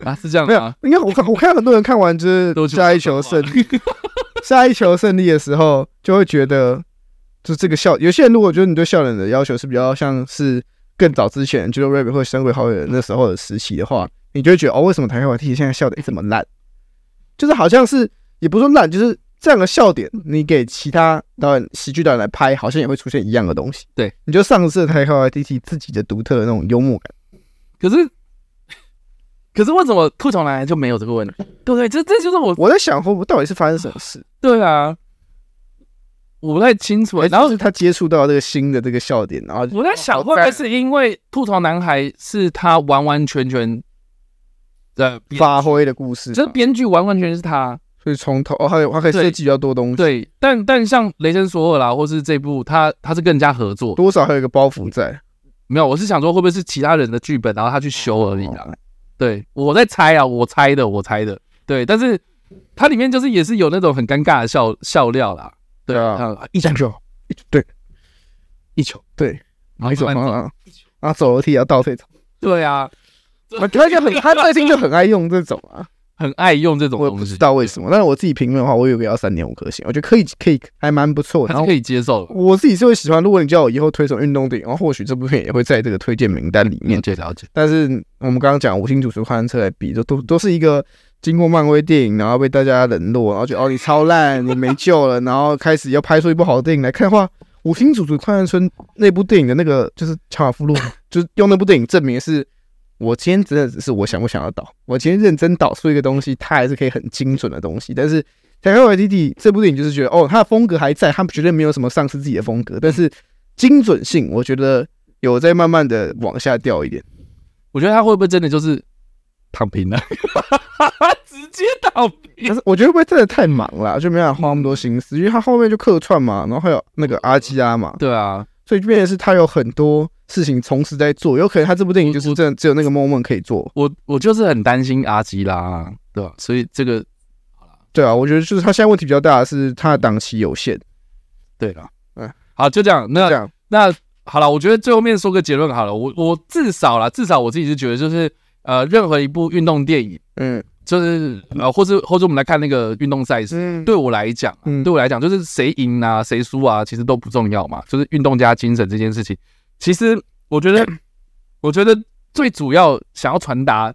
啊是这样没吗有？，因为我看我看很多人看完就是都去下一球胜利， 下一球胜利的时候就会觉得，就这个笑，有些人如果觉得你对笑脸的要求是比较像是更早之前就是 Rabbit 或者三鬼好友那时候的时期的话，你就会觉得哦，为什么台湾 T 现在笑点这么烂？就是好像是也不是说烂，就是这样的笑点，你给其他导演、喜剧导演来拍，好像也会出现一样的东西。对，你就丧失了台湾 T 自己的独特的那种幽默感。可是可是为什么兔头男就没有这个问题？对不对？这这就是我我在想，会不会到底是发生什么事？对啊，我不太清楚、欸然然后后哎是他接触到这个新的这个笑点，然后就我在想，好会不会赞是因为兔头男孩是他完完全全的编，发挥的故事嘛，就是编剧完完全全是他。所以从头哦，还有还可以对设计比较多东西，对，但但像雷神索尔啦，或是这部，他他是更加合作，多少还有一个包袱在。没有，我是想说会不会是其他人的剧本，然后他去修而已啦哦。对，我在猜啊，我猜的，我猜的。对，但是它里面就是也是有那种很尴尬的笑笑料啦。对对啊，啊，一球球，一对，一球，对，然后一种慢慢走啊啊，走楼梯也要倒 退走，对啊，他就很他最近就很爱用这种啊，很爱用这种我也东不知西，道为什么，但是我自己评论的话，我有个要三点五颗星，我觉得可以可以还蛮不错还的。然是后可以接受的。我自己是会喜欢，如果你叫我以后推崇运动电影，然后或许这部片也会在这个推荐名单里面了。解了解，但是我们刚刚讲五星主厨快餐车来比，就都都是一个经过漫威电影，然后被大家冷落，然后觉得哦你超烂，你没救了，然后开始要拍出一部好电影来看的话，五星主厨快餐村那部电影的那个就是乔瓦夫洛，就是用那部电影证明是。我今天真的只是我想不想要导，我今天认真导出一个东西，它还是可以很精准的东西。但是《台湾的弟弟》这部电影就是觉得，哦，他的风格还在，他绝对没有什么丧失自己的风格，但是精准性，我觉得有在慢慢的往下掉一点。我觉得他会不会真的就是躺平 了，直接躺平可是我觉得会不会真的太忙了，啊就没办法花那么多心思，因为他后面就客串嘛，然后还有那个阿基拉嘛，对啊，所以就变成是他有很多事情同时在做，有可能他这部电影就是真的只有那个 moment 可以做。我我就是很担心阿基拉、啊，对吧？所以这个对啊，我觉得就是他现在问题比较大的是他的档期有限，对了，嗯，好，就这样。那这样那好了，我觉得最后面说个结论好了。我我至少啦，至少我自己是觉得，就是呃，任何一部运动电影，嗯就是呃，或是或者我们来看那个运动赛事，嗯对我来讲啊，嗯对我来讲，就是谁赢啊，谁输啊，其实都不重要嘛。就是运动家精神这件事情，其实我觉得，我觉得最主要想要传达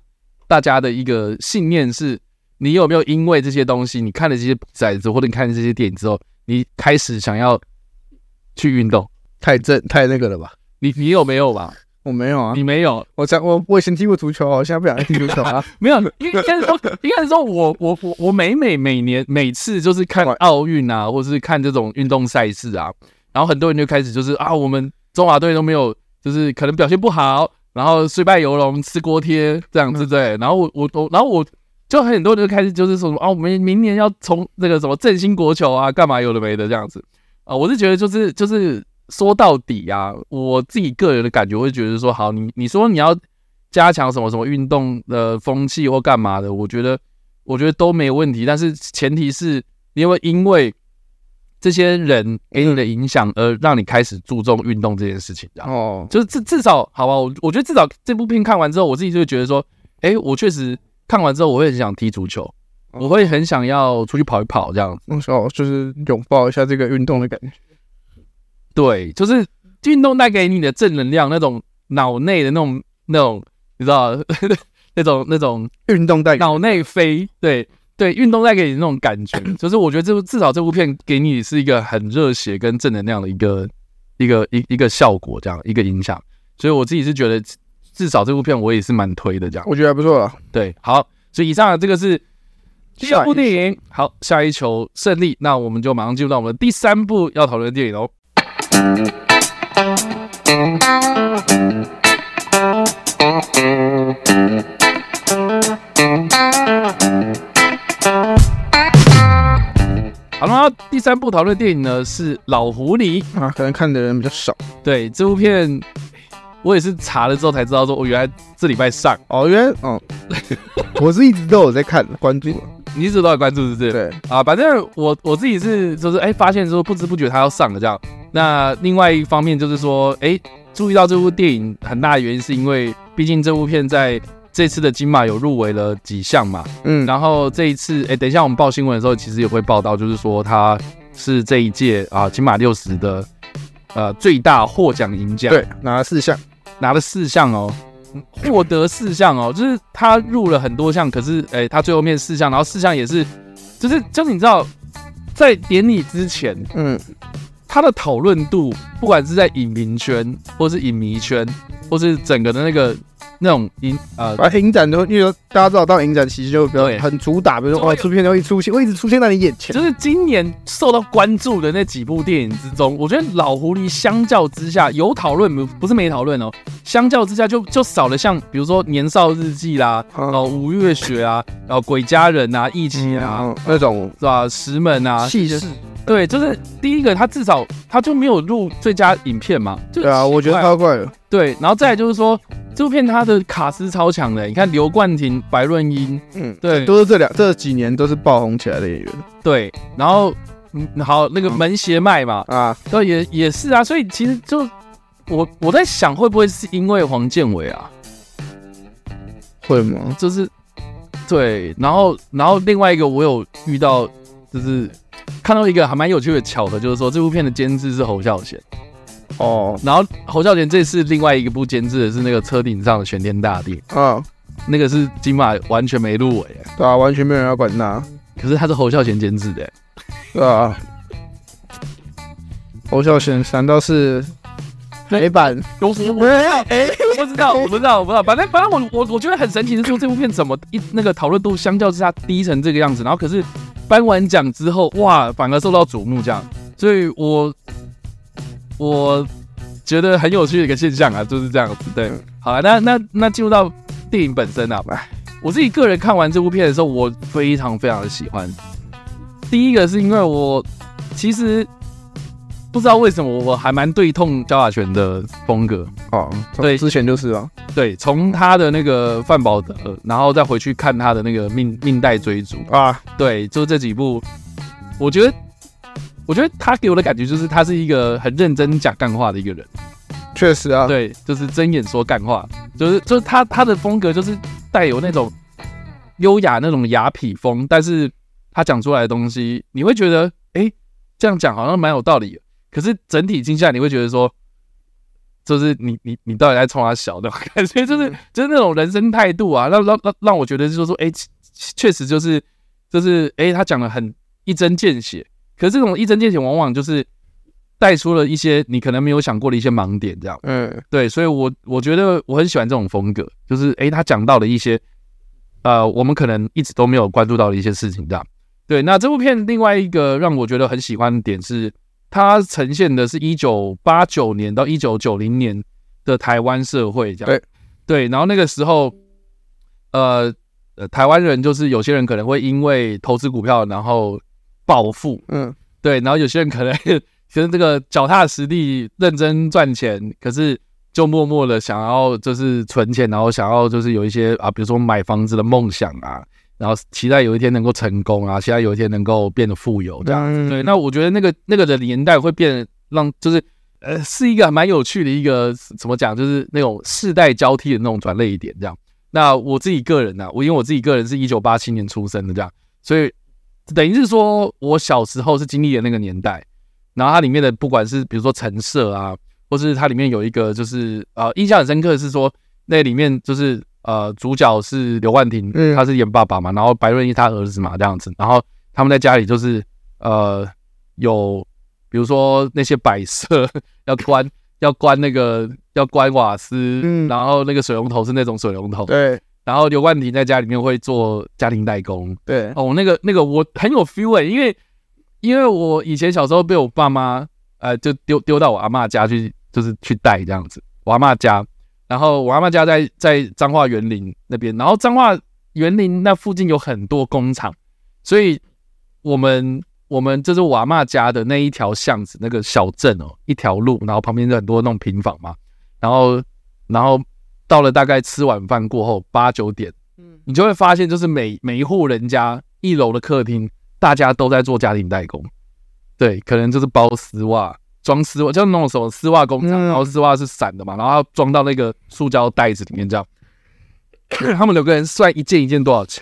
大家的一个信念是：你有没有因为这些东西，你看了这些比赛之后，或者你看了这些电影之后，你开始想要去运动？太正太那个了吧？你你有没有吧？我没有啊，你没有，我讲我我以前踢过足球啊，我现在不想踢足球 啊。 没有，应应该是说，应该是说我我我我每每每年每次就是看奥运啊，或是看这种运动赛事啊，然后很多人就开始就是啊，我们中华队都没有，就是可能表现不好，然后虽败犹荣，吃锅贴这样，对不对？然后我我我，然后我就很多人就开始就是说什么啊，我们明年要从那个什么振兴国球啊，干嘛有的没的这样子啊，我是觉得就是就是说到底啊，我自己个人的感觉，我会觉得说，好，你你说你要加强什么什么运动的风气或干嘛的，我觉得我觉得都没有问题，但是前提是因为因为这些人给你的影响而让你开始注重运动这件事情，这样哦，就是至至少好吧，我我觉得至少这部片看完之后，我自己就会觉得说，哎、我确实看完之后，我会很想踢足球，我会很想要出去跑一跑这样子。那时候就是拥抱一下这个运动的感觉。对，就是运动带给你的正能量，那种脑内的那种那种，你知道 那种那种运动带给脑内飞，对对，运动带给你那种感觉，就是我觉得这部至少这部片给你是一个很热血跟正能量的一个一个一一个效果，这样一个影响，所以我自己是觉得至少这部片我也是蛮推的这样。我觉得还不错了。啊对，好，所以以上的这个是第下二一部电影。好，下一球胜利，那我们就马上进入到我们的第三部要讨论的电影喽。好了，那第三部讨论的电影呢是《老狐狸》。啊，可能看的人比较少对这部片，我也是查了之后才知道说，我哦原来这礼拜上，哦。原来 哦，我是一直都有在看关注，你一直都有关注是不是？对，啊，反正我我自己是就是哎、发现说不知不觉它要上了这样。那另外一方面就是说，哎、注意到这部电影很大的原因是因为，毕竟这部片在这次的金马有入围了几项嘛，嗯，然后这一次，哎、等一下我们报新闻的时候，其实也会报道，就是说他是这一届啊金马六十的呃最大获奖赢家。对，拿了四项，拿了四项哦，嗯获得四项哦，就是他入了很多项，可是哎、他最后面四项，然后四项也是，就是就是你知道，在典礼之前，嗯，他的讨论度，不管是在影迷圈，或是影迷圈，或是整个的那个那种影呃而影展都，因为大家知道，到影展其实就比较对很主打，比如说所哦，以出片都一出现，会一直出现在你眼前。就是今年受到关注的那几部电影之中，我觉得《老狐狸》相较之下有讨论，不不是没讨论哦。相较之下就就少了像比如说《年少日记》啦，嗯然后《吴月雪》啊，然后《鬼家人》啊，《义气》然啊，后嗯那种是吧？《石门》啊，气势，对，就是第一个，他至少他就没有入最佳影片嘛，就对啊，我觉得奇怪哦超怪的。对，然后再来就是说这部片它的卡斯超强的，你看刘冠廷、白润英，嗯，对都是这两这几年都是爆红起来的演员对，然后嗯，好那个门胁麦嘛，啊，对，也也是啊，所以其实就我我在想，会不会是因为黄建伟啊，会吗？就是对，然后然后另外一个我有遇到，就是看到一个还蛮有趣的巧合，就是说这部片的监制是侯孝贤，哦，然后侯孝贤这次另外一个部监制的是那个车顶上的玄天大帝，啊，那个是金马完全没入围，对啊，完全没有人要管他，可是他是侯孝贤监制的，欸对啊。侯孝贤难道是对黑板？有什么？ 哎，我不知道，我不知道，我不知道。反正反正我我我觉得很神奇的是，这部片怎么一那个讨论度相较之下低成这个样子，然后可是颁完奖之后，哇，反而受到瞩目这样。所以我我觉得很有趣的一个现象啊，就是这样子。对，好啊了，那那那进入到电影本身啊，我自己个人看完这部片的时候，我非常非常的喜欢。第一个是因为我其实不知道为什么我还蛮对痛萧亚轩的风格，哦，对之前就是啊，对，从他的那个范宝德，然后再回去看他的那个命命带追逐，啊，对，就这几部，我觉得，我觉得他给我的感觉就是他是一个很认真讲干话的一个人，确实啊，对，就是睁眼说干话，就是就是他他的风格就是带有那种优雅那种雅痞风，但是他讲出来的东西，你会觉得，哎、这样讲好像蛮有道理的，可是整体听下来，你会觉得说。就是你你你到底在冲他小的感觉，就是就是那种人生态度啊，让让让让我觉得就是说，哎、其其确实就是就是，哎、他讲的很一针见血，可是这种一针见血往往就是带出了一些你可能没有想过的一些盲点，这样。嗯，对，所以我我觉得我很喜欢这种风格，就是诶，他讲到了一些呃，我们可能一直都没有关注到的一些事情，这样。对，那这部片另外一个让我觉得很喜欢的点是，它呈现的是一九八九年到一九九零年的台湾社会，这样。对，然后那个时候，呃呃，台湾人就是有些人可能会因为投资股票然后暴富，嗯，对，然后有些人可能 其实这个脚踏实地、认真赚钱，可是就默默的想要就是存钱，然后想要就是有一些啊，比如说买房子的梦想啊，然后期待有一天能够成功啊，期待有一天能够变得富有这样。样对，那我觉得那个那个的年代会变得让就是呃是一个蛮有趣的一个怎么讲，就是那种世代交替的那种转捩点这样。那我自己个人呢、我因为我自己个人是一九八七年出生的这样，所以等于是说我小时候是经历了那个年代，然后它里面的不管是比如说陈设啊，或是它里面有一个就是呃印象很深刻的是说那里面就是呃主角是刘冠廷，嗯他是演爸爸嘛，然后白润一他儿子嘛这样子，然后他们在家里就是呃有比如说那些摆设要关要关那个要关瓦斯，嗯然后那个水龙头是那种水龙头，对，然后刘冠廷在家里面会做家庭代工。对，哦，那个那个我很有 feel 哎、因为因为我以前小时候被我爸妈呃就丢丢到我阿嬷家去，就是去带这样子，我阿嬷家，然后我阿嬷家在在彰化园林那边，然后彰化园林那附近有很多工厂，所以我们我们这是我阿嬷家的那一条巷子那个小镇哦，一条路，然后旁边就很多那种平房嘛，然后然后到了大概吃晚饭过后八九点。嗯，你就会发现，就是每每一户人家一楼的客厅，大家都在做家庭代工。对，可能就是包丝袜、装丝袜，就是那种什么丝袜工厂，嗯然后丝袜是散的嘛，然后要装到那个塑胶袋子里面，这样。他们两个人算一件一件多少钱。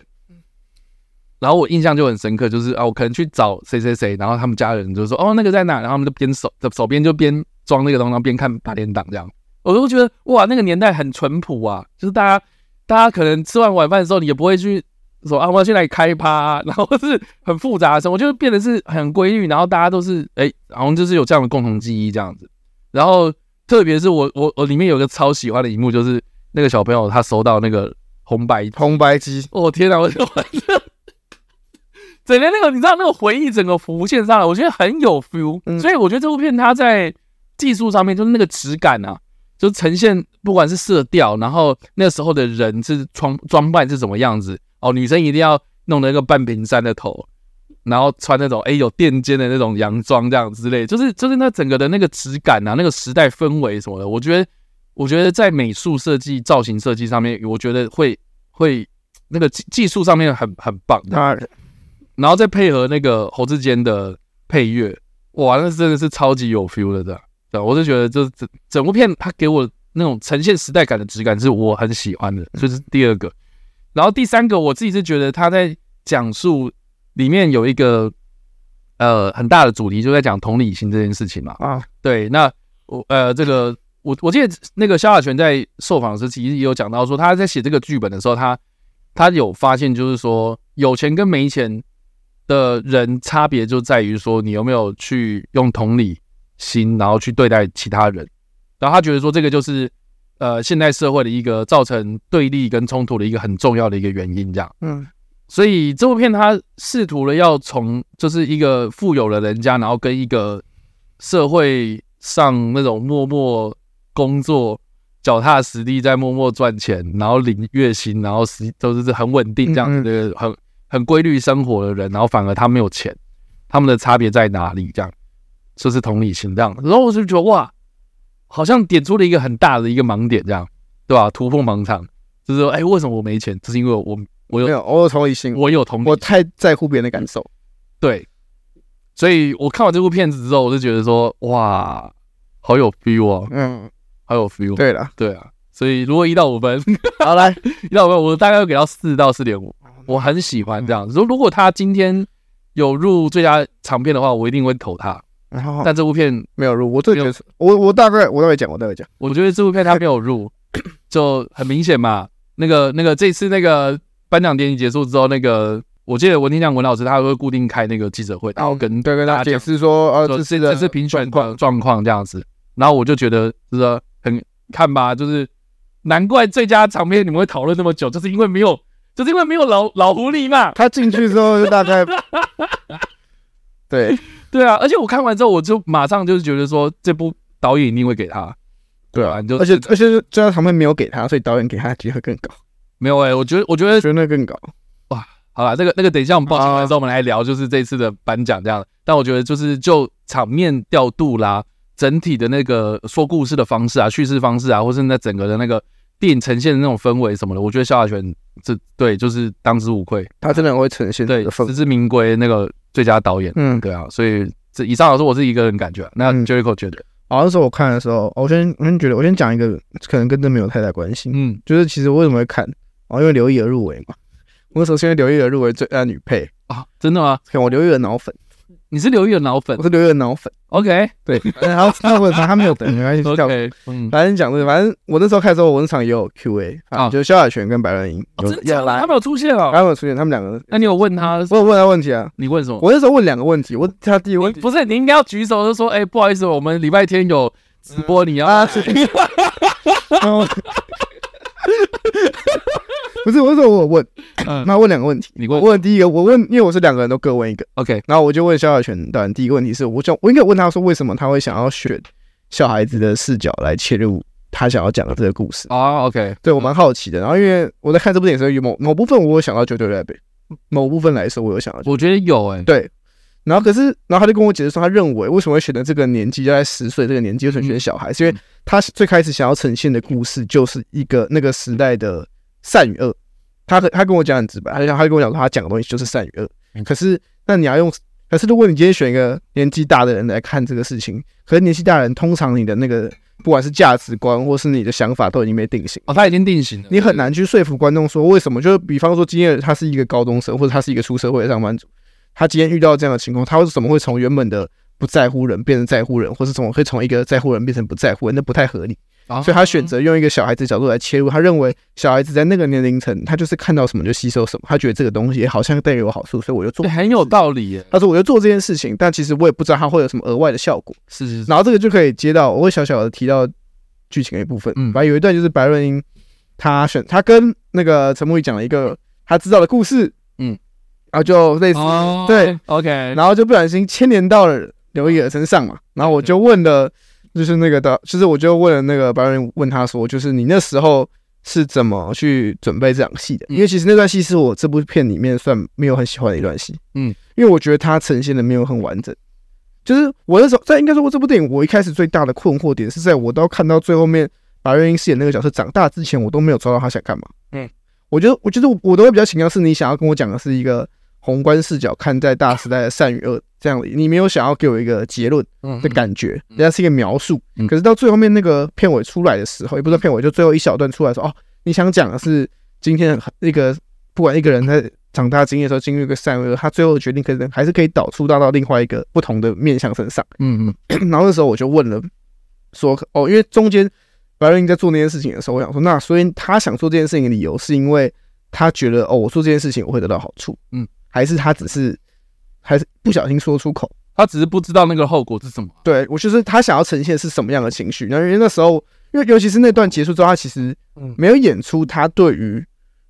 然后我印象就很深刻，就是啊，我可能去找谁谁谁，然后他们家人就说哦那个在哪，然后他们就边手手边就边装那个东西，然后边看八点档这样。我都觉得哇，那个年代很淳朴啊，就是大家大家可能吃完晚饭的时候，你也不会去说啊，我要去哪里开趴、啊，然后是很复杂的生活，就是变得是很规律，然后大家都是哎、好像就是有这样的共同记忆这样子。然后特别是我我我里面有个超喜欢的一幕，就是那个小朋友他收到那个红白红白机，我天哪！啊我就整个那个你知道那个回忆整个浮现上来，我觉得很有 feel、嗯所以我觉得这部片它在技术上面就是那个质感啊，就呈现不管是色调，然后那时候的人是装装扮是怎么样子哦，女生一定要弄那个半平山的头，然后穿那种哎、有垫肩的那种洋装这样之类，就是就是那整个的那个质感啊，那个时代氛围什么的，我觉得我觉得在美术设计、造型设计上面，我觉得会会那个技技术上面很很棒，那然后再配合那个侯志坚的配乐，哇，那真的是超级有 feel 的，这样对，我就觉得就是整整部片它给我那种呈现时代感的质感是我很喜欢的，这、就是第二个。然后第三个，我自己是觉得他在讲述里面有一个呃很大的主题，就在讲同理心这件事情嘛。啊，对，那我呃，这个我我记得那个萧亚全在受访时其实也有讲到说，他在写这个剧本的时候，他他有发现就是说，有钱跟没钱的人差别就在于说，你有没有去用同理心，然后去对待其他人。然后他觉得说，这个就是呃现代社会的一个造成对立跟冲突的一个很重要的一个原因，这样。嗯所以这部片它试图了要从就是一个富有的人家，然后跟一个社会上那种默默工作、脚踏实地在默默赚钱，然后领月薪，然后实都是很稳定这样子的很很规律生活的人，然后反而他没有钱，他们的差别在哪里？这样就是同理心这样。然后我就觉得哇，好像点出了一个很大的一个盲点，这样对吧？突破盲场，就是说，哎、为什么我没钱？就是因为我我有没有，偶尔同理心，我有同理我太在乎别人的感受，对，所以我看完这部片子之后，我就觉得说，哇，好有 feel 哦，嗯，好有 feel。对了，对啊，所以如果一到五分，好来， 哦一到五分，我大概会给到四到四点五，我很喜嗯欢这样。如如果他今天有入最佳长片的话，我一定会投他。然后但这部片，没有入，我这个角色，我我大概我大概讲，我大概讲，我觉得这部片他没有 入，就很明显嘛。那个那个，这次那个颁奖典礼结束之后，那个我记得文天祥文老师他会固定开那个记者会，然后跟哦对跟大大家家讲解释说，呃，这这是这是评选的状况这样子。然后我就觉得就是说很看吧，就是难怪最佳长片你们会讨论那么久，就是因为没有，就是因为没有老老狐狸嘛。他进去之后就 大概，对对啊，而且我看完之后，我就马上就是觉得说这部导演一定会给他。对啊你就而且而且最佳长片没有给他，所以导演给他的机会更高，没有哎、我觉得我觉得我觉得那更高，好了，那个那个，等一下我们报啊警完之后，我们来聊，就是这次的颁奖这样。但我觉得就是就场面调度啦，整体的那个说故事的方式啊，叙事方式啊，或是那整个的那个电影呈现的那种氛围什么的，我觉得萧亚轩这对就是当之无愧，他真的很会呈现这对个氛围实，至名归那个最佳导演。嗯，对啊，所以这以上来说我是一个人感觉、啊。那嗯 Jericho 觉得，好，那时候我看的时候，我先我先觉得，我先讲一个可能跟这没有太大关系，嗯就是其实我为什么会看，哦，因为刘亦儿入围嘛，我那时候是因为刘亦儿入围最佳女配，啊，真的吗？看我刘亦儿脑粉，你是刘毅的脑粉我是刘亦儿脑粉， ？OK 对， 然后他问他他没有等，没关系，跳过 OK，嗯，反正讲的，反正我那时候看的时候，我那场也有 Q&A，啊啊，就是萧亚全跟白乐英哦有真的假有的？来啊他没有出现哦。他们有出现，他们两个，那你有问他？我有问他问题啊，你问什么？我那时候问两个问题，我他第一个问 题不是，你应该要举手就说，哎、不好意思，我们礼拜天有直嗯啊播，你要、啊，是，然后 不不是，我说我问，嗯那问两个问题。你我问问第一个，我问，因为我是两个人都各问一个， ，OK，然后我就问萧亚全导演第一个问题是，我想我应该问他说，为什么他会想要选小孩子的视角来切入他想要讲的这个故事？哦，OK，对我蛮好奇的。然后因为我在看这部电影的时候，有某某部分我有想到 Jojo Rabbit，某部分来说我有想到 Jojo Rabbit。我觉得有哎，对，然后可是，然后他就跟我解释说，他认为为什么会选择这个年纪，大概十岁这个年纪，为什么选小孩，是因为他最开始想要呈现的故事就是一个那个时代的善与恶。他他跟我讲很直白，他就他就跟我讲说，他讲的东西就是善与恶。可是，那你要用，可是如果你今天选一个年纪大的人来看这个事情，可是年纪大的人通常你的那个不管是价值观或是你的想法都已经被定型。哦，他已经定型了，你很难去说服观众说为什么。就是比方说，今天他是一个高中生，或者他是一个出社会的上班族，他今天遇到这样的情况，他为什么会从原本的不在乎人变成在乎人，或是从会从一个在乎人变成不在乎人，那不太合理。啊，所以他选择用一个小孩子角度来切入，他认为小孩子在那个年龄层，他就是看到什么就吸收什么，他觉得这个东西好像对我有好处，所以我就做嗯对。很有道理耶，他说我就做这件事情，但其实我也不知道它会有什么额外的效果。是是是，然后这个就可以接到，我会小小的提到剧情的一部分。嗯嗯，反正有一段就是白润英，他选他跟那个陈木宇讲了一个他知道的故事，嗯嗯，然后就类似，哦，对，OK，然后就不小心牵连到了刘烨的身上嘛。然后我就问了，就是那个的，就是我就问了那个白润英，问他说，就是你那时候。是怎么去准备这场戏的？嗯因为其实那段戏是我这部片里面算没有很喜欢的一段戏，嗯嗯，因为我觉得它呈现的没有很完整。就是我那时候在应该说，过这部电影我一开始最大的困惑点是在我到看到最后面白瑞英饰演那个角色长大之前，我都没有抓到他想干嘛。嗯，我觉得我觉得我我都会比较倾向是你想要跟我讲的是一个宏观视角看待大时代的善与恶这样的，你没有想要给我一个结论嗯的感觉，人家是一个描述。嗯可是到最后面那个片尾出来的时候，也不是片尾，就最后一小段出来说，哦，你想讲的是今天很那个不管一个人在长大经历的时候经历一个善恶，他最后的决定可能还是可以导出到到另外一个不同的面向身上。嗯嗯，然后那时候我就问了说，哦，因为中间白瑞英在做那件事情的时候，我想说，那所以他想做这件事情的理由是因为他觉得哦，我做这件事情我会得到好处，嗯，还是他只是还是不小心说出口？他只是不知道那个后果是什么，对我就是他想要呈现是什么样的情绪。然后因为那时候，因为尤其是那段结束之后，他其实嗯没有演出他对于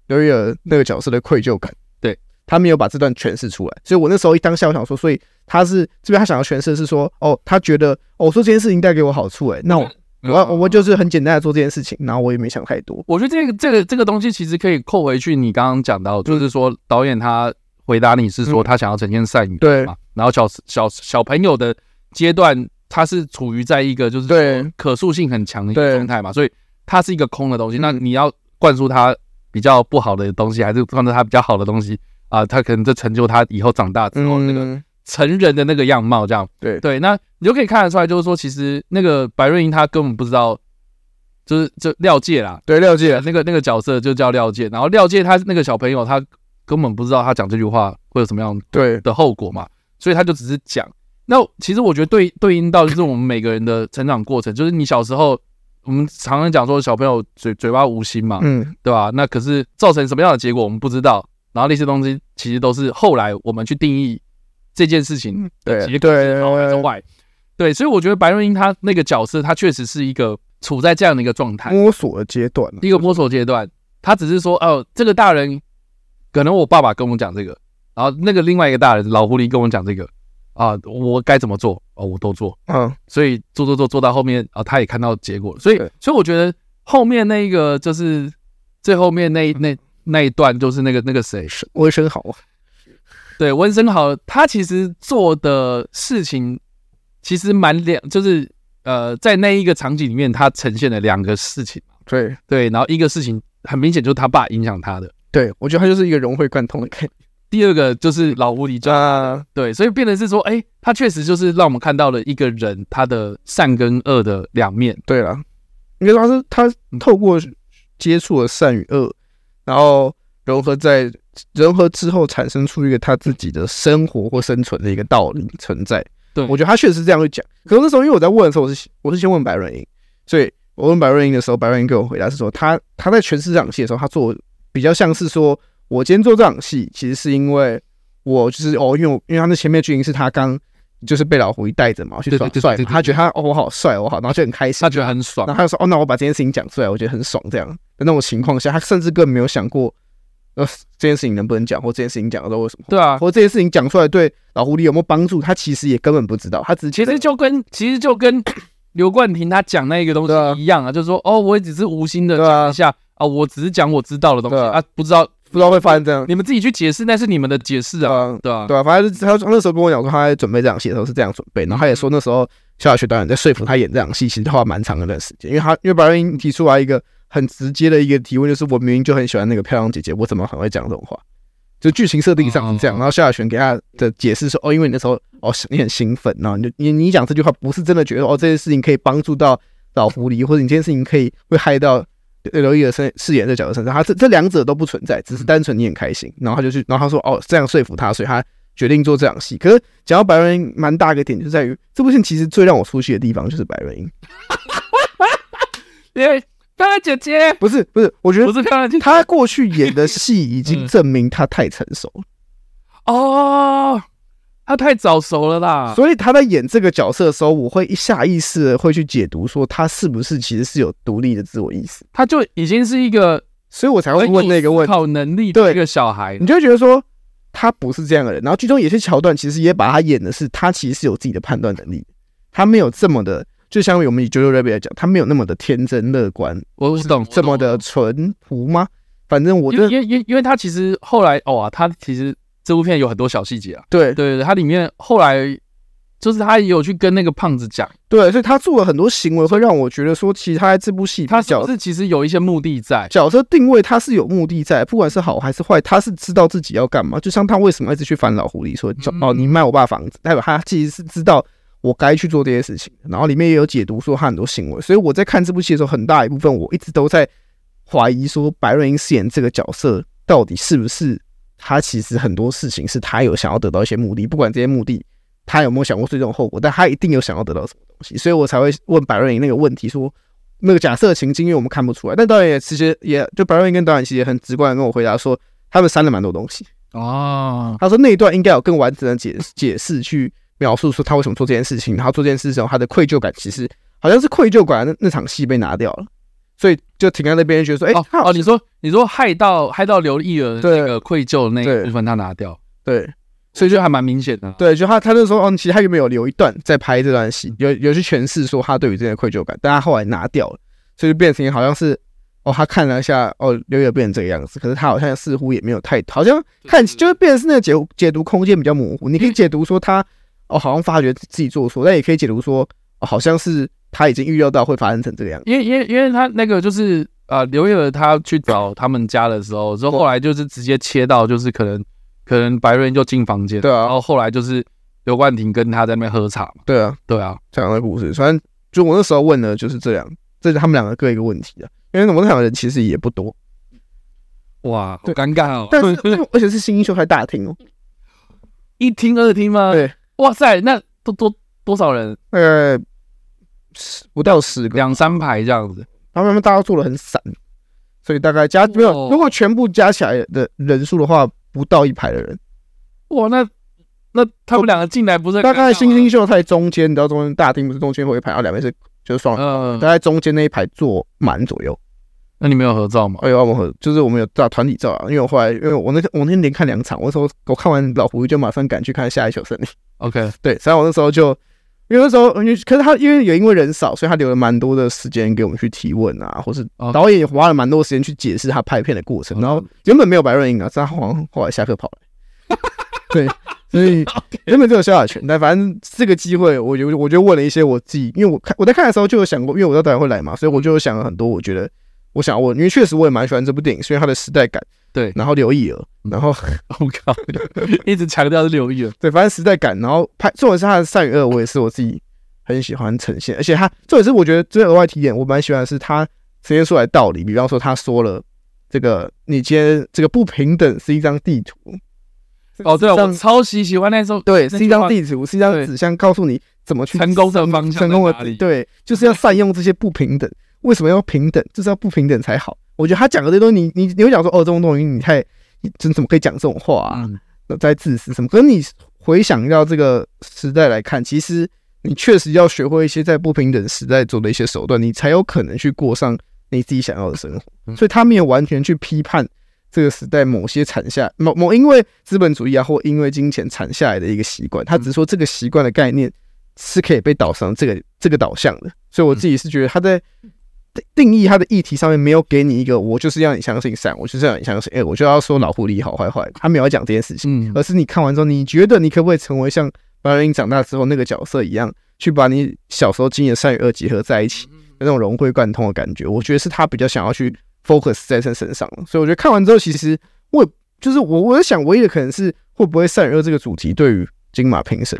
刘玉儿那个角色的愧疚感，对他没有把这段诠释出来。所以我那时候一当下我想说，所以他是这边他想要诠释的是说，哦，他觉得哦，我做这件事情带给我好处、欸，哎，那我嗯我我就是很简单的做这件事情，然后我也没想太多。我觉得这个这个这个东西其实可以扣回去，你刚刚讲到，就是说导演他回答你是说嗯他想要呈现善与恶对嘛，然后小小小朋友的阶段，他是处于在一个就是对说可塑性很强的一个对状态嘛，所以它是一个空的东西。那嗯你要灌输他比较不好的东西，还是灌输他比较好的东西啊？他可能这成就他以后长大之后那个嗯，成人的那个样貌，这样对对。那你就可以看得出来，就是说其实那个白瑞英她根本不知道，就是就廖介啦，对，廖解。那个那个角色就叫廖健，然后廖健他那个小朋友他根本不知道他讲这句话会有什么样对，的后果嘛，所以他就只是讲。那其实我觉得对对应到就是我们每个人的成长过程，就是你小时候我们常常讲说小朋友嘴嘴巴无心嘛，嗯，对吧？那可是造成什么样的结果我们不知道，然后那些东西其实都是后来我们去定义这件事情对的结对果是好还是对，坏。对，所以我觉得白润英她那个角色，她确实是一个处在这样的一个状态。摸索的阶段了。一个摸索阶段，他只是说，哦，这个大人可能我爸爸跟我讲这个，然后那个另外一个大人老狐狸跟我讲这个，啊，我该怎么做？哦，我都做，嗯，所以做做做做到后面啊，他也看到结果，所以对所以我觉得后面那一个就是最后面那一那那一段就是那个那个谁，我生好啊。对温升豪，他其实做的事情其实蛮两，就是呃，在那一个场景里面，他呈现了两个事情。对对，然后一个事情很明显就是他爸影响他的，对，我觉得他就是一个融会贯通的概念。第二个就是老狐狸抓，啊，对，所以变成是说，哎，他确实就是让我们看到了一个人他的善跟恶的两面，对了，应该说他是嗯他透过接触了善与恶，然后融合在融合之后，产生出一个他自己的生活或生存的一个道理存在。对我觉得他确实是这样去讲。可是那时候因为我在问的时候，我是我是先问白润英，所以我问白润英的时候，白润英给我回答是说，他他在诠释这场戏的时候，他做比较像是说，我今天做这场戏，其实是因为我就是哦，因为我因为他那前面的剧情是他刚。就是被老狐狸带着嘛，去对对耍对对帅对嘛，对他觉得他哦我好帅，我好，然后就很开心。他觉得很爽然后，他就说：“哦，那我把这件事情讲出来，我觉得很爽。”这样的那种情况下，他甚至更没有想过呃这件事情能不能讲，或这件事情讲了之后为什么，对啊，或这件事情讲出来对老狐狸有没有帮助，他其实也根本不知道，他只其实就跟其实就跟刘冠廷他讲那个东对啊西一样啊，就是说哦，我也只是无心的对啊讲一下啊，我只是讲我知道的东西对啊啊，不知道不知道会发生这样。你们自己去解释，那是你们的解释啊，嗯，对啊，对啊，反正他他那时候跟我讲说，他在准备这场戏的时候是这样准备，然后他也嗯说那时候萧亚轩导演在说服他演这场戏，其实花蛮长的一段时间，因为他因为白瑞英提出来一个很直接的一个提问，就是我明明就很喜欢那个漂亮姐姐，我怎么很会讲这种话？就剧情设定上是这样，哦然后萧亚轩给他的解释说，哦，因为你那时候哦你很兴奋，然后你就你你讲这句话不是真的觉得哦这件事情可以帮助到老狐狸，或者你这件事情可以会害到刘亦的身饰演这角色身上，他这这两者都不存在，只嗯是单纯你很开心，然后他就去，然后他说哦这样说服他，所以他决定做这场戏。可是讲到白瑞英，蛮大一个点就在于这部戏其实最让我出戏的地方就是白瑞英，因为漂亮姐姐不是不是，我觉不得是漂嗯亮姐姐他过去演的戏已经证明他太成熟了，哦，她太早熟了啦，所以他在演这个角色的时候，我会下意识的会去解读说他是不是其实是有独立的自我意识，她就已经是一个所以我才会问那个问题考能力的对嗯一个小孩你，就会觉得说他不是这样的人。然后剧中有些桥段其实也把他演的是他其实是有自己的判断能力，他没有这么的，就像我们以 JoJo Rabbit 来讲，他没有那么的天真乐观，我我懂这么的淳朴吗？反正我因真为因的为因为因为他其实后来哦啊，他其实这部片有很多小细节啊，对对对对，他里面后来就是他也有去跟那个胖子讲，对，所以他做了很多行为，会让我觉得说，其实他在这部戏他是角不是其实有一些目的在？角色定位他是有目的在，不管是好还是坏，他是知道自己要干嘛。就像他为什么一直去烦老狐狸说嗯哦，你卖我爸房子，代表他其实是知道我该去做这些事情。然后里面也有解读说他很多行为，所以我在看这部戏的时候，很大一部分我一直都在怀疑说白瑞英饰演这个角色到底是不是他其实很多事情是他有想要得到一些目的，不管这些目的他有没有想过最终的后果，但他一定有想要得到什么东西，所以我才会问白瑞英那个问题说。那个假设情境，因为我们看不出来，但导演也其实也就白瑞英跟导演其实也很直观的跟我回答说，他们删了蛮多东西。哦，他说那一段应该有更完整的解解释去描述说他为什么做这件事情，然后做这件事情后他的愧疚感，其实好像是愧疚感那那场戏被拿掉了，所以就停在那边，觉得说，哎、哦他好哦，你说你说害到害到刘亦儿对那个愧疚的那对一部分他拿掉，对，所以就还蛮明显的。对，就他他那时候，哦，其实他原本有留一段在拍这段戏，有有去诠释说他对于这些愧疚感，但他后来拿掉了，所以就变成好像是哦，他看了一下，哦，刘也变成这个样子，可是他好像似乎也没有太，好像看对对对就是变成是那个解解读空间比较模糊，你可以解读说他哦，好像发觉自己做错，但也可以解读说、哦、好像是他已经预料到会发生成这个样子，因为因为因为他那个就是呃，刘烨儿他去找他们家的时候，之后后来就是直接切到就是可能可能白瑞恩就进房间，对啊然后后来就是刘冠廷跟他在那边喝茶嘛，对啊，对啊，讲的故事。反正就我那时候问的就是这样，这是他们两个各一个问题啊，因为我们两个人其实也不多，哇，好对尴尬哦，但是 而且是新英秀开大厅哦。一厅二厅吗？对，哇塞，那多多多少人？大概十不到十个，两三排这样子。然后他们大家做的很散，所以大概加没有，如果全部加起来的人数的话，不到一排的人。哇，那那他们两个进来不是大概星星星秀在中间，你知道中间大厅不是中间会有一排，然啊后两边是就是双人，嗯大，概中间那一排坐满左右。那你们有合照吗？哎呦，我们和就是我们有大团体照啊，因为我后来因为我那天我那天连看两场，我那时候我看完老狐狸就马上赶去看下一球胜利。 OK，对，所以我那时候就，因为那时候，因为可是他因为也因为人少，所以他留了蛮多的时间给我们去提问啊，或是哦导演也花了蛮多时间去解释他拍片的过程。然后原本没有白润英啊，但他好像后来下课跑来。对，所以原本只有萧亚全，但反正这个机会，我就我就问了一些我自己，因为我看我在看的时候就有想过，因为我知道导演会来嘛，所以我嗯就有想了很多，我觉得我想问，因为确实我也蛮喜欢这部电影，虽然它的时代感，对然后刘亦儿，然后我靠，一直强调是刘 烨，对，反正时代感，然后拍，重点是他的善与恶，我也是我自己很喜欢呈现，而且他重点是我觉得最额外提点，我蛮喜欢的是他呈现出来的道理，比方说他说了这个你今天这个不平等是一张地图，哦，对啊，上我超级喜欢那时候对，那是一句张话地图，是一张对纸箱，告诉你怎么去成功的方向成功在哪的里对，就是要善用这些不平等。为什么要平等？就是要不平等才好。我觉得他讲的这些东西，你你你会讲说哦，这种东西你太，你真怎么可以讲这种话啊？嗯在自私什么。可是你回想到这个时代来看，其实你确实要学会一些在不平等时代做的一些手段，你才有可能去过上你自己想要的生活。嗯所以他没有完全去批判这个时代某些产下某某因为资本主义啊，或因为金钱产下来的一个习惯。他只是说这个习惯的概念是可以被导向这个这个导向的，所以我自己是觉得他在定定义他的议题上面没有给你一个我就是要你相信善，我就是要你相信，哎、我就要说老狐狸好坏坏，他没有要讲这件事情。嗯而是你看完之后，你觉得你可不可以成为像白莲英长大之后那个角色一样，去把你小时候经历的善与恶结合在一起，那种融会贯通的感觉？我觉得是他比较想要去 focus 在他身上的。所以我觉得看完之后，其实我也就是我，我在想唯一的可能是会不会善与恶这个主题对于金马评审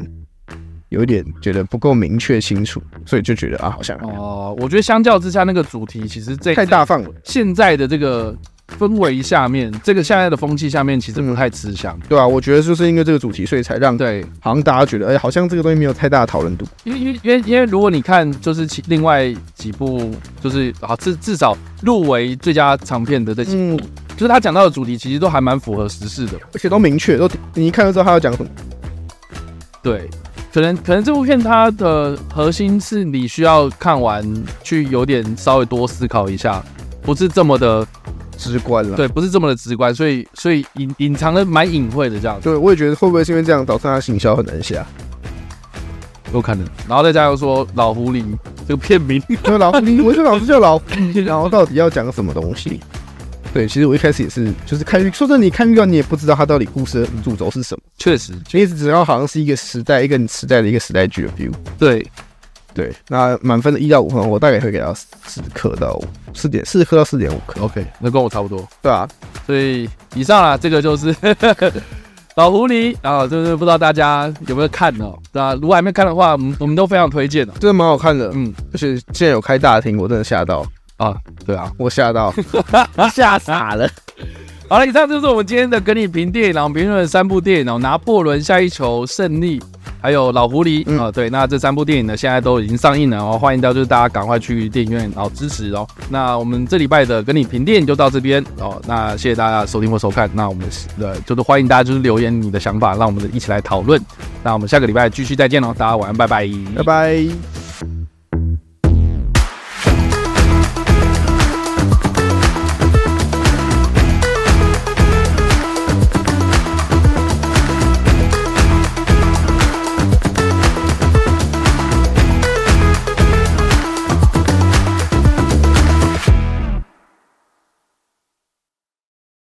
有一点觉得不够明确清楚，所以就觉得啊，好像哦，我觉得相较之下，那个主题其实这太大范围。现在的这个氛围下面，这个现在的风气下面，其实不太吃香。对啊，我觉得就是因为这个主题，所以才让对，好像大家觉得，哎、好像这个东西没有太大的讨论度。因为因为因为因为如果你看就是其另外几部，就是啊至至少入围最佳长片的这几，嗯，就是他讲到的主题其实都还蛮符合时事的。而且都明确，都你一看就知道他要讲什么。对，可能可能这部片它的核心是你需要看完去有点稍微多思考一下，不是这么的直观了。对，啊不是这么的直观，所以所以隐隐藏的蛮隐晦的这样子，对，我也觉得会不会是因为这样导致他的行销很难下？ 有可能。然后再加上说老狐狸这个片名， 就老你我是老师叫老，然后到底要讲什么东西？对，其实我一开始也是，就是看预，说真的，你看预告你也不知道他到底故事的主轴是什么，确实所以只知道好像是一个时代，一个时代的一个时代剧的 view。对，对，那满分的一到五分，我大概会给到四颗到四点四颗到四点五颗。OK，那跟我差不多。对啊，所以以上啦，这个就是 老狐狸啊，就是不知道大家有没有看哦？那如果还没看的话，我们我们都非常推荐的、哦真的蛮好看的，嗯而且现在有开大厅，我真的吓到，啊，对啊，我吓到，吓傻了。好了，以上就是我们今天的跟你评电影，然后评论三部电影哦，拿破仑下一球、胜利，还有老狐狸啊、嗯对，那这三部电影呢，现在都已经上映了哦，欢迎到就是大家赶快去电影院然后支持哦。那我们这礼拜的跟你评电影就到这边哦，那谢谢大家的收听或收看，那我们呃就是欢迎大家就是留言哦你的想法，让我们一起来讨论。那我们下个礼拜继续再见喽，大家晚安，拜拜，拜拜。